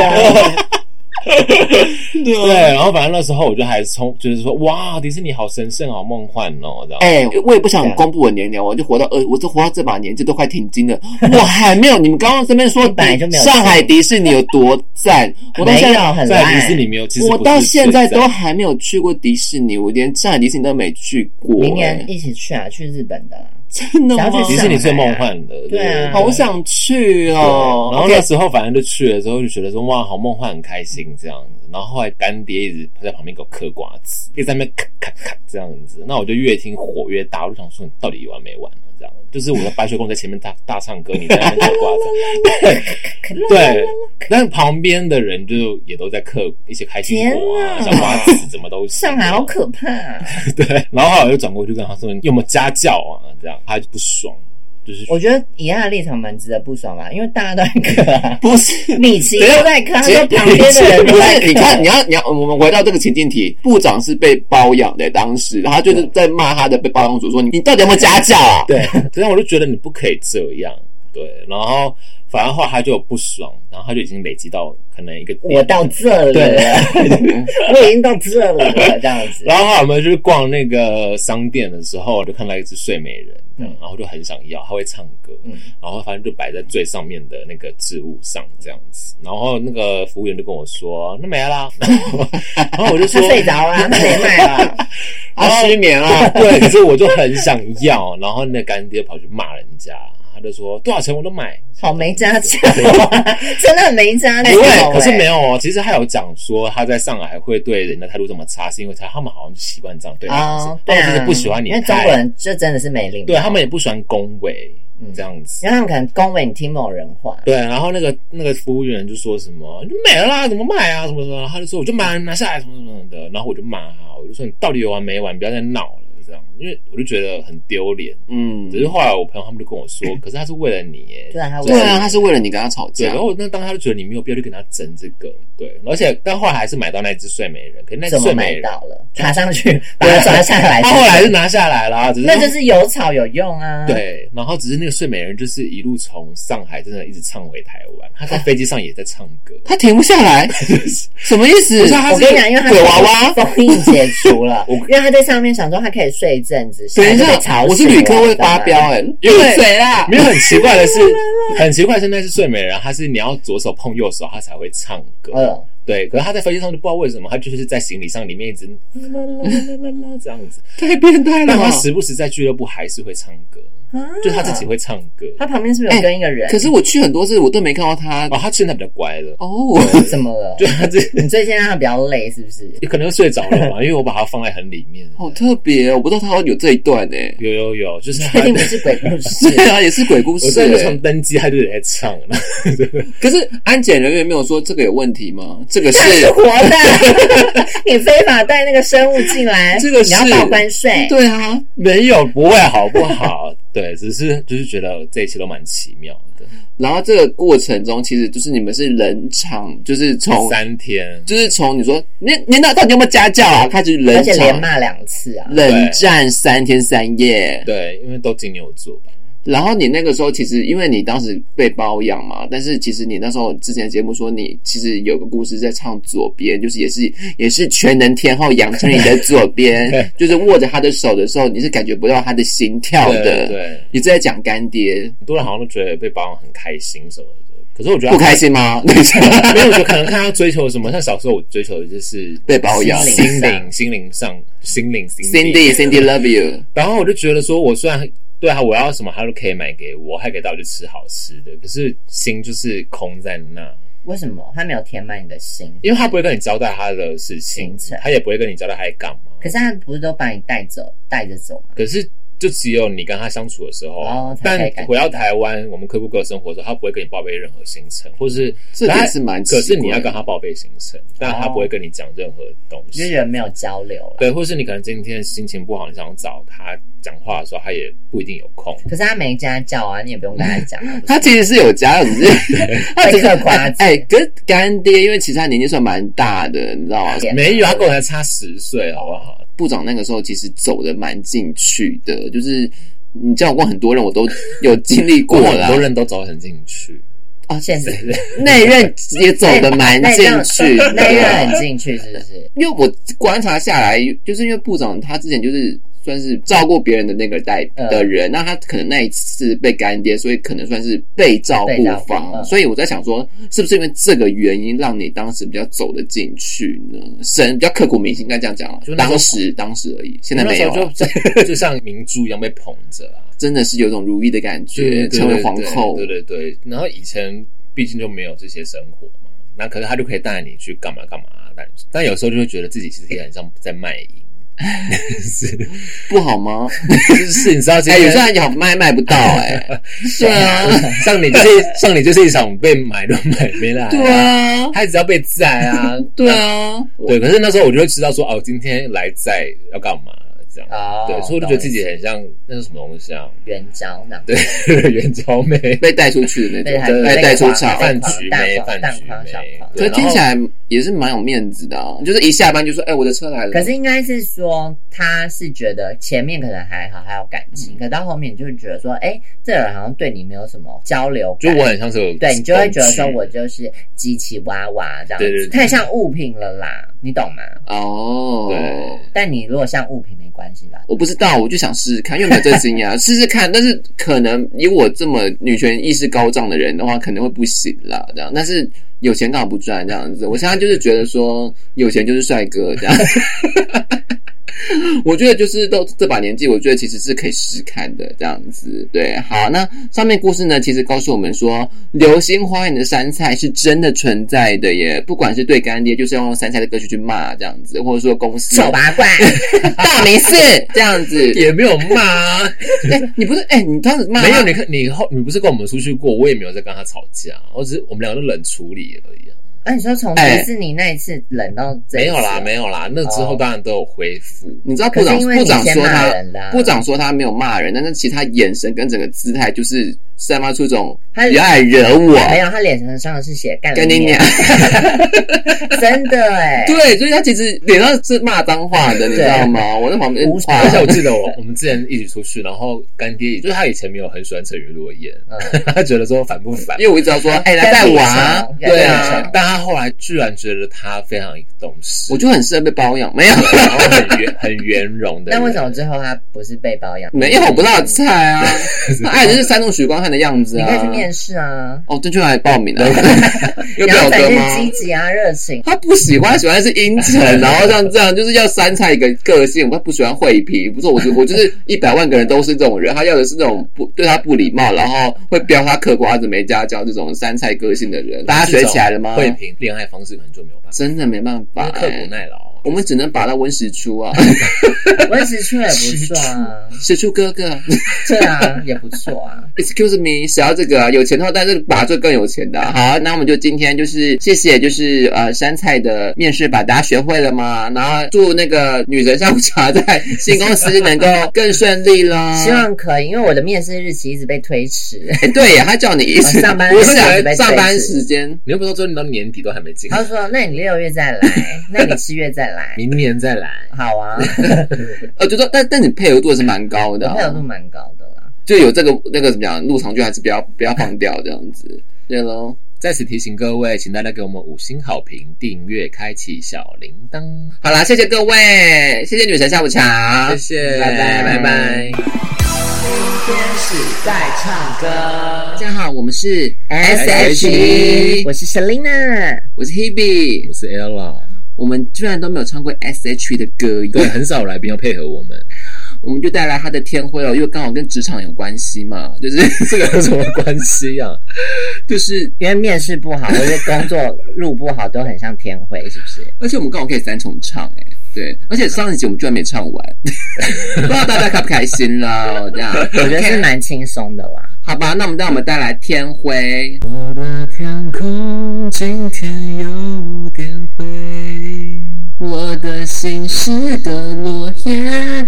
C: 对，然后反正那时候我就还冲，就是说哇，迪士尼好神圣，好梦幻哦，这样。
A: 哎、我也不想公布我年龄，我就活到二，我就活到这把年纪都快停经 了，我还没有。你们刚刚身边说
D: 你本来就没有
A: 上海迪士尼有多赞，”我到
D: 没
A: 现
D: 有
A: 在。
D: 很
C: 在迪士
D: 烂，
C: 尼没有，其实
A: 我
C: 不是
A: 到现在都
C: 最
A: 还没有去过迪士尼，我连上海迪士尼都没去过、
D: 明年
A: 哎
D: 一起去啊，去日本的啦。
A: 真的吗
D: 想要？去
C: 迪士尼最梦幻的，哦
D: 对啊
A: 好想去哦！
C: 然后
A: OK，
C: 那时候反正就去了之后就觉得说哇好梦幻很开心这样子，然后后来干爹一直在旁边给我嗑瓜子，一直在那边咔咔咔这样子，那我就越听火越大，我就想说你到底有完没完啊这样，就是我的白雪公主在前面大大唱歌，你在那边嗑瓜子，对对，但是旁边的人就也都在嗑一些开心果啊，
D: 天
C: 小
D: 哪
C: 瓜子怎么都吃
D: 上海好可怕啊，
C: 对，然后后来我就转过去跟他说你有没有家教啊这样，他就不爽，就是
D: 我觉得以他的立场蛮值得不爽啊啦，因为大家都在磕啊，
A: 不是
D: 米奇都在磕，他
A: 其实
D: 说旁 边的人
A: 不
D: 都在
A: 是，
D: 磕。
A: 你看，你要你要，我们回到这个情境题，部长是被包养的，当时他就是在骂他的被包养主说你你到底有没有家教啊？
C: 对，所以我就觉得你不可以这样，对。然后反而后来他就有不爽，然后他就已经累积到可能一个
D: 我到这里了， 我已经到这里了，这样子。
C: 然后后来我们去逛那个商店的时候，就看到一只睡美人，
D: 嗯
C: 然后就很想要，她会唱歌，
D: 嗯
C: 然后反正就摆在最上面的那个置物上这样子。然后那个服务员就跟我说：“那没啦。” 然后我就
D: 他
C: 说：“
D: 睡着 啦，他没卖啊啦。
A: 他失眠啊，
C: 对，可是我就很想要。”然后那干爹跑去骂人家，他就说：“多少钱我都买。”
D: 好没家教， 真的很没家教、
C: 哎不会，
D: 欸。
C: 可是没有哦。其实他有讲说，他在上海还会对人的态度这么差，是因为他他们好像就习惯这样对
D: 啊、
C: 孩子，他
D: 对
C: 们
D: 啊，
C: 其实不喜欢你
D: 因为中
C: 太
D: 国人就真的是没礼貌，
C: 对他们也不喜欢恭维
D: 嗯
C: 这样子。
D: 因为他们可能恭维你听某人话，
C: 对，然后那个那个服务员就说什么你没了啦，怎么卖啊，什么什么，他就说我就买拿下来，什么什么的，然后我就骂他，我就说你到底有完没完，不要再闹了，这样，因为我就觉得很丢脸。
A: 嗯
C: 只，是后来我朋友他们就跟我 说，可是他是为了你耶，
D: 对啊，他
A: 对啊，
D: 他
A: 他是为了你跟他吵
C: 对，
A: 架
C: 然，后那当时他就觉得你没有必要去跟他争这个，对，而且但后来还是买到那只睡美人，可是那只
D: 怎么
C: 睡美
D: 买
C: 人，
D: 到了？爬上去把它抓下来，
C: 他后来是拿下来啦，只是
D: 那就是有草有用啊。，
C: 对，然后只是那个睡美人就是一路从上海真的一直唱回台湾，他在飞机上也在唱 歌，
A: 他停不下来，什么意思？哦
C: 不是啊他
D: 我跟你讲，因为他
A: 鬼娃娃。
D: 封印解除了， 因为他在上面想说他可以睡一阵子，
A: 等一
D: 下来就被
A: 下，
D: 吵
A: 我是
D: 醒
A: 旅
D: 了啊
A: 客会发飙，哎，闭嘴啦！
C: 没有很奇怪的是，很奇怪是那只睡美人，它是你要左手碰右手，它才会唱歌。
D: 嗯，
C: 对，可是他在飞机上就不知道为什么，他就是在行李箱里面一直啦啦啦啦啦
D: 嗯
C: 啦这样子，
A: 太变态了
C: 但他
A: 吧！
C: 时不时在俱乐部还是会唱歌，
D: 啊
C: 就他自己会唱歌。
D: 他旁边是不是有跟一个人？
A: 哎可是我去很多次，我都没看到他
C: 哦，他现在比较乖了，
A: 哦。
D: 怎么了？
C: 就他这
D: 你最近让他比较累，是 不是？
C: 可能又睡着了嘛，因为我把它放在很里面。
A: 好特别、哦，我不知道他有这一段哎、
C: 有有有，就是他
D: 确定不是鬼故事？
A: 对啊，也是鬼故
C: 我
A: 事、
C: 在那
A: 欸
C: 场。登机，他就在唱了。
A: 可是安检人员没有说这个有问题吗？这个是
D: 那是 活的，你非法带那个生物进来，
A: 这个
D: 你
A: 是
D: 要报关税。
A: 对啊，
C: 没有，不会好不 好？对，只是就是觉得这一切都蛮奇妙的。
A: 然后这个过程中，其实就是你们是冷场，就是从
C: 三天，
A: 就是从你说你你那到底有没有家教啊？开始
D: 而
A: 冷
D: 且连
A: 场，
D: 骂两次啊！
A: 冷战三天三夜。
C: 对，因为都金牛座吧，
A: 然后你那个时候其实因为你当时被包养嘛，但是其实你那时候之前节目说你其实有个故事在唱左边，就是也是也是全能天后杨丞琳的左边，就是握着他的手的时候，你是感觉不到他的心跳
C: 对
A: 的。
C: 对，
A: 你是在讲干爹
C: 很多人好像都觉得被包养很开心什么的，可是我觉得
A: 不开心吗？等一下
C: 没有，就可能看他追求什么。像小时候我追求的就是
A: 被包养
C: 心灵、心灵上、心灵、心灵。
A: ，Cindy Cindy love you。
C: 然后我就觉得说，我虽然对啊，我要什么他都可以买给我，还可以带我去吃好吃的，可是心就是空在那，
D: 为什么他没有填满你的心？
C: 因为他不会跟你交代他的事情
D: 行程，
C: 他也不会跟你交代他在干嘛。
D: 可是他不是都把你带走，带着走吗？
C: 可是就只有你跟他相处的时候啊，
D: 哦才
C: 但
D: 可以感觉
C: 回到台湾，我们科布克生活的时候，他不会跟你报备任何行程，或是
A: 这点
C: 他
A: 是蛮奇怪
C: 可
A: 的
C: 是你要跟他报备行程，但他
D: 哦
C: 不会跟你讲任何东
D: 就
C: 西
D: 是。人没有交流了。
C: 对，或是你可能今天心情不好，你想找他讲话的时候，他也不一定有空。
D: 可是他没家教啊，你也不用跟他讲啊。不是
A: 他其实是有家，只是他只
D: 被
A: 是
D: 嗑瓜
A: 哎
D: 子
A: 哎，跟干爹，因为其实他年纪算蛮大的，你知道吗？
D: 对
C: 没有，他跟我才差十岁，好不好？
A: 部长那个时候其实走的蛮进去的，就是你叫过很多人，我都有经历过
C: 我很
A: 啦
C: 多。人都走很进去，
A: 啊，
D: 哦现 实
A: 那一任也走的蛮进 去的，
D: 那一个啊很进去，是不是？
A: 因为我观察下来，就是因为部长他之前就是算是照顾别人的那个代
C: 呃
D: 嗯
A: 的人，那他可能那一次被干爹，所以可能算是被照
D: 被
A: 顾
D: 照顾
A: 方。
D: 嗯
A: 所以我在想说，是不是因为这个原因让你当时比较走得进去呢？神比较刻骨铭心，应该这样讲了啊
C: 就。那时候
A: 当时当时而已，现在
C: 那
A: 没
C: 时
A: 有啊
C: 候就
A: 了，
C: 像就 像明珠一样被捧着 啊，
A: 真的是有种如意的感觉，成为皇后
C: 对。对对。然后以前毕竟就没有这些生活嘛，那可是他就可以带你去干嘛干嘛，啊但但有时候就会觉得自己其实也很像在卖淫， 是
A: 不好吗？
C: 就是你知道，今
A: 哎，有
C: 天
A: 些人好卖卖不到哎，对啊，
C: 像你就是像你就是一场被买都买没来、
A: 对，啊，
C: 他只要被宰 啊，
A: 对啊，
C: 对，可是那时候我就会知道说，哦，今天来在要干嘛这样。
D: 哦，
C: 对，所以我就觉得自己很像那是什么东西啊？
D: 援交那
C: 对，援交妹、
A: 被带出去的那
D: 被
A: 种
D: 还，
A: 被带出场，哦
C: 饭局妹、饭
D: 蛋黄
C: 局
D: 蛋黄小
C: 妹
D: 黄，
A: 可
C: 对
A: 是听起
C: 然后
A: 来也是蛮有面子的啊，就是一下班就说：“哎、我的车来了。”
D: 可是应该是说，他是觉得前面可能还好，还有感情，可到后面你就会觉得说，哎、这人好像对你没有什么交流
C: 就
D: 感，
C: 我很像是有
D: 对你就会觉得说
C: 工具
D: 我就是机器娃娃这样子，
C: 对对对
D: 太像物品了啦，你懂吗？
A: 哦，
C: 对
D: 但你如果像物品没关系吧？
A: 我不知道，我就想试试看，因为没有这个经验啊，试试看。但是可能以我这么女权意识高涨的人的话，可能会不行啦，这样。但是有钱干嘛不赚这样子？我现在就是觉得说，有钱就是帅哥这样。 我觉得就是到这把年纪，我觉得其实是可以试看的这样子。对，好，那上面故事呢，其实告诉我们说，流星花园的山菜是真的存在的耶，不管是对干爹，就是要用山菜的歌曲去骂这样子，或者说公司
D: 丑八 怪，
A: 大明寺这样子。
C: 也没有骂 啊，
A: 哎、你不是哎、你当
D: 啊
A: 时骂他
C: 没有。你看你后你不是跟我们出去过，我也没有在跟他吵架，啊我只是我们两个都冷处理而已啊。
D: 那、你说从
A: 哎
D: 迪士尼那一次冷到这一次
C: 没有啦，没有啦，那之
D: 哦
C: 后当然都有恢复。
A: 你知道部
D: 可是
A: 长
D: 因为
A: 部
D: 你
A: 长
D: 先
A: 说
D: 骂
A: 他
D: 人的、啊，
A: 部长说他没有骂人，但是其实他眼神跟整个姿态就是散发出一种
D: 他
A: 别爱惹我，
D: 没有，他脸上是写干
A: 跟你
D: 娘
A: 讲，，
D: 真的哎、
A: 对，所以他其实脸上是骂脏话的，你知道吗？我在旁边
D: 无
A: 哇
C: 而且我记得我我们之前一起出去，然后干爹就是他以前没有很喜欢陈宇洛言，
D: 嗯
C: 他觉得说烦不烦
A: 因？为我一直要说哎来带我啊，
D: 跟你讲
A: 对
D: 跟你
A: 啊
D: 讲，
C: 但他后来居然觉得他非常懂 事，
A: 我就很适合被包养，没有
C: 然后很圆很圆融的人。
D: 那为什 么最后他不是被包养？
A: 没有，我不是他的菜 啊，他爱的就是山东许光汉的样子
D: 你
A: 啊
D: 可以去。面试啊，
A: 哦，这就来报名了， 有
D: 你
A: 表
D: 要展
A: 格吗？
D: 现积极啊、热情。
A: 他不喜欢，喜欢是阴沉，然后像这样，就是要山菜一个个性。他不喜欢惠皮，不是 我，我就是一百万个人都是这种人，他要的是那种不对他不礼貌，然后会标他嗑瓜子没家教这种山菜个性的人。大家学起来了吗？
C: 慧萍恋爱方式可能就没有办法，
A: 真的没办
C: 因
A: 法、
C: 为刻苦
A: 欸，
C: 耐劳啊。
A: 我们只能把他温实初 啊，
D: 温实初也不错啊，
A: 实初哥哥
D: 对啊，也不错 啊。
A: ，Excuse me，谁要这个、啊？有钱的话，但是把这更有钱的啊、好啊，那我们就今天就是谢谢，就是呃山菜的面试把大家学会了嘛，然后祝那个女神下午茶在新公司能够更顺利啦。
D: 希望可以，因为我的面试日期一直被推 迟。
A: 哎、对呀，他叫你一直、
D: 哦上班
A: 不是
D: 上班
A: 啊上班时间。
C: 你又不是说真的到年底都还没进，
D: 他说：“那你六月再 来，那你七月再来，
C: 明年再来。
D: 好啊。
A: 呃，就说，但但你配合度也是蛮高的、
D: 我
A: 啊
D: 配，合度蛮高的啦，
A: 就有这个那个怎么讲，入场券还是不要不要放掉这样子，对喽。
C: 在此提醒各位，请大家给我们五星好评、订阅、开启小铃铛。
A: 好啦，谢谢各位，谢谢女神下午茶，
C: 谢谢，
A: 拜拜
C: 拜拜。
A: 大家好，我们是 S H E，
D: 我是 Selina，
A: 我是 Hebe，
C: 我是 Ella，
A: 我们居然都没有唱过 S H E 的歌
C: 对，
A: 耶，
C: 很少有来宾要配合我们，
A: 我们就带来他的天灰了，因为刚好跟职场有关系嘛，就是
C: 这 个有什么关系啊？
A: 就是，
D: 因为面试不好或者工作路不好，都很像天灰，是 不是？
A: 而且我们刚好可以三重唱哎、对，而且上一集我们居然没唱完， 不知道大家开不开心了？这样，
D: 我觉得是蛮轻松的啦。
A: 好吧，那我们让我们带来天灰。
E: 我的天空今天有点灰，
A: 我的心是个落叶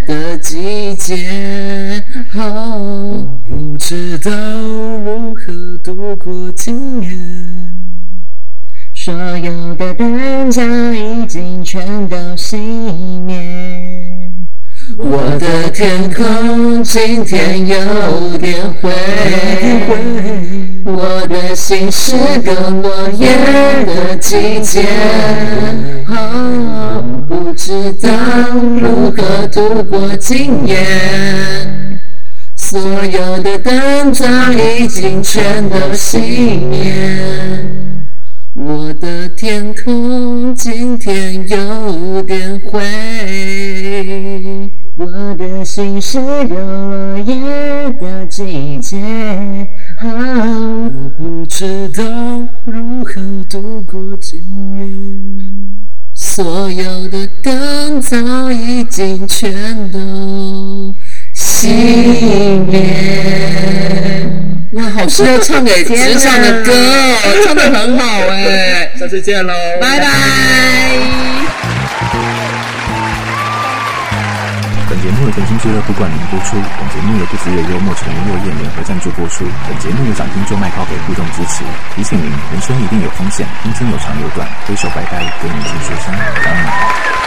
A: 的季节，哦，
E: 不知道如何度过今夜。
D: 所有的灯早已经全都熄灭。
A: 我的天空今天有点灰，我的心是个落叶的季节，哦，不知道如何度过今夜。所有的灯早已经全都熄灭。我的天空今天有点灰，
D: 我的心是个落叶的季节，哦，
E: 不知道如何度过今夜。
A: 所有的灯早已经全都熄灭。哇，好适合唱给职场的歌哦，唱的很好哎、
C: 下次见喽，
A: 拜拜。
F: 本节目由甜心俱乐部冠名播出。本节目由不只有幽默纯娱乐业联合赞助播出。本节目由掌听做卖靠给互动支持。提醒您，人生一定有风险，听清有长有短，挥手拜拜，给你听说声，当你好。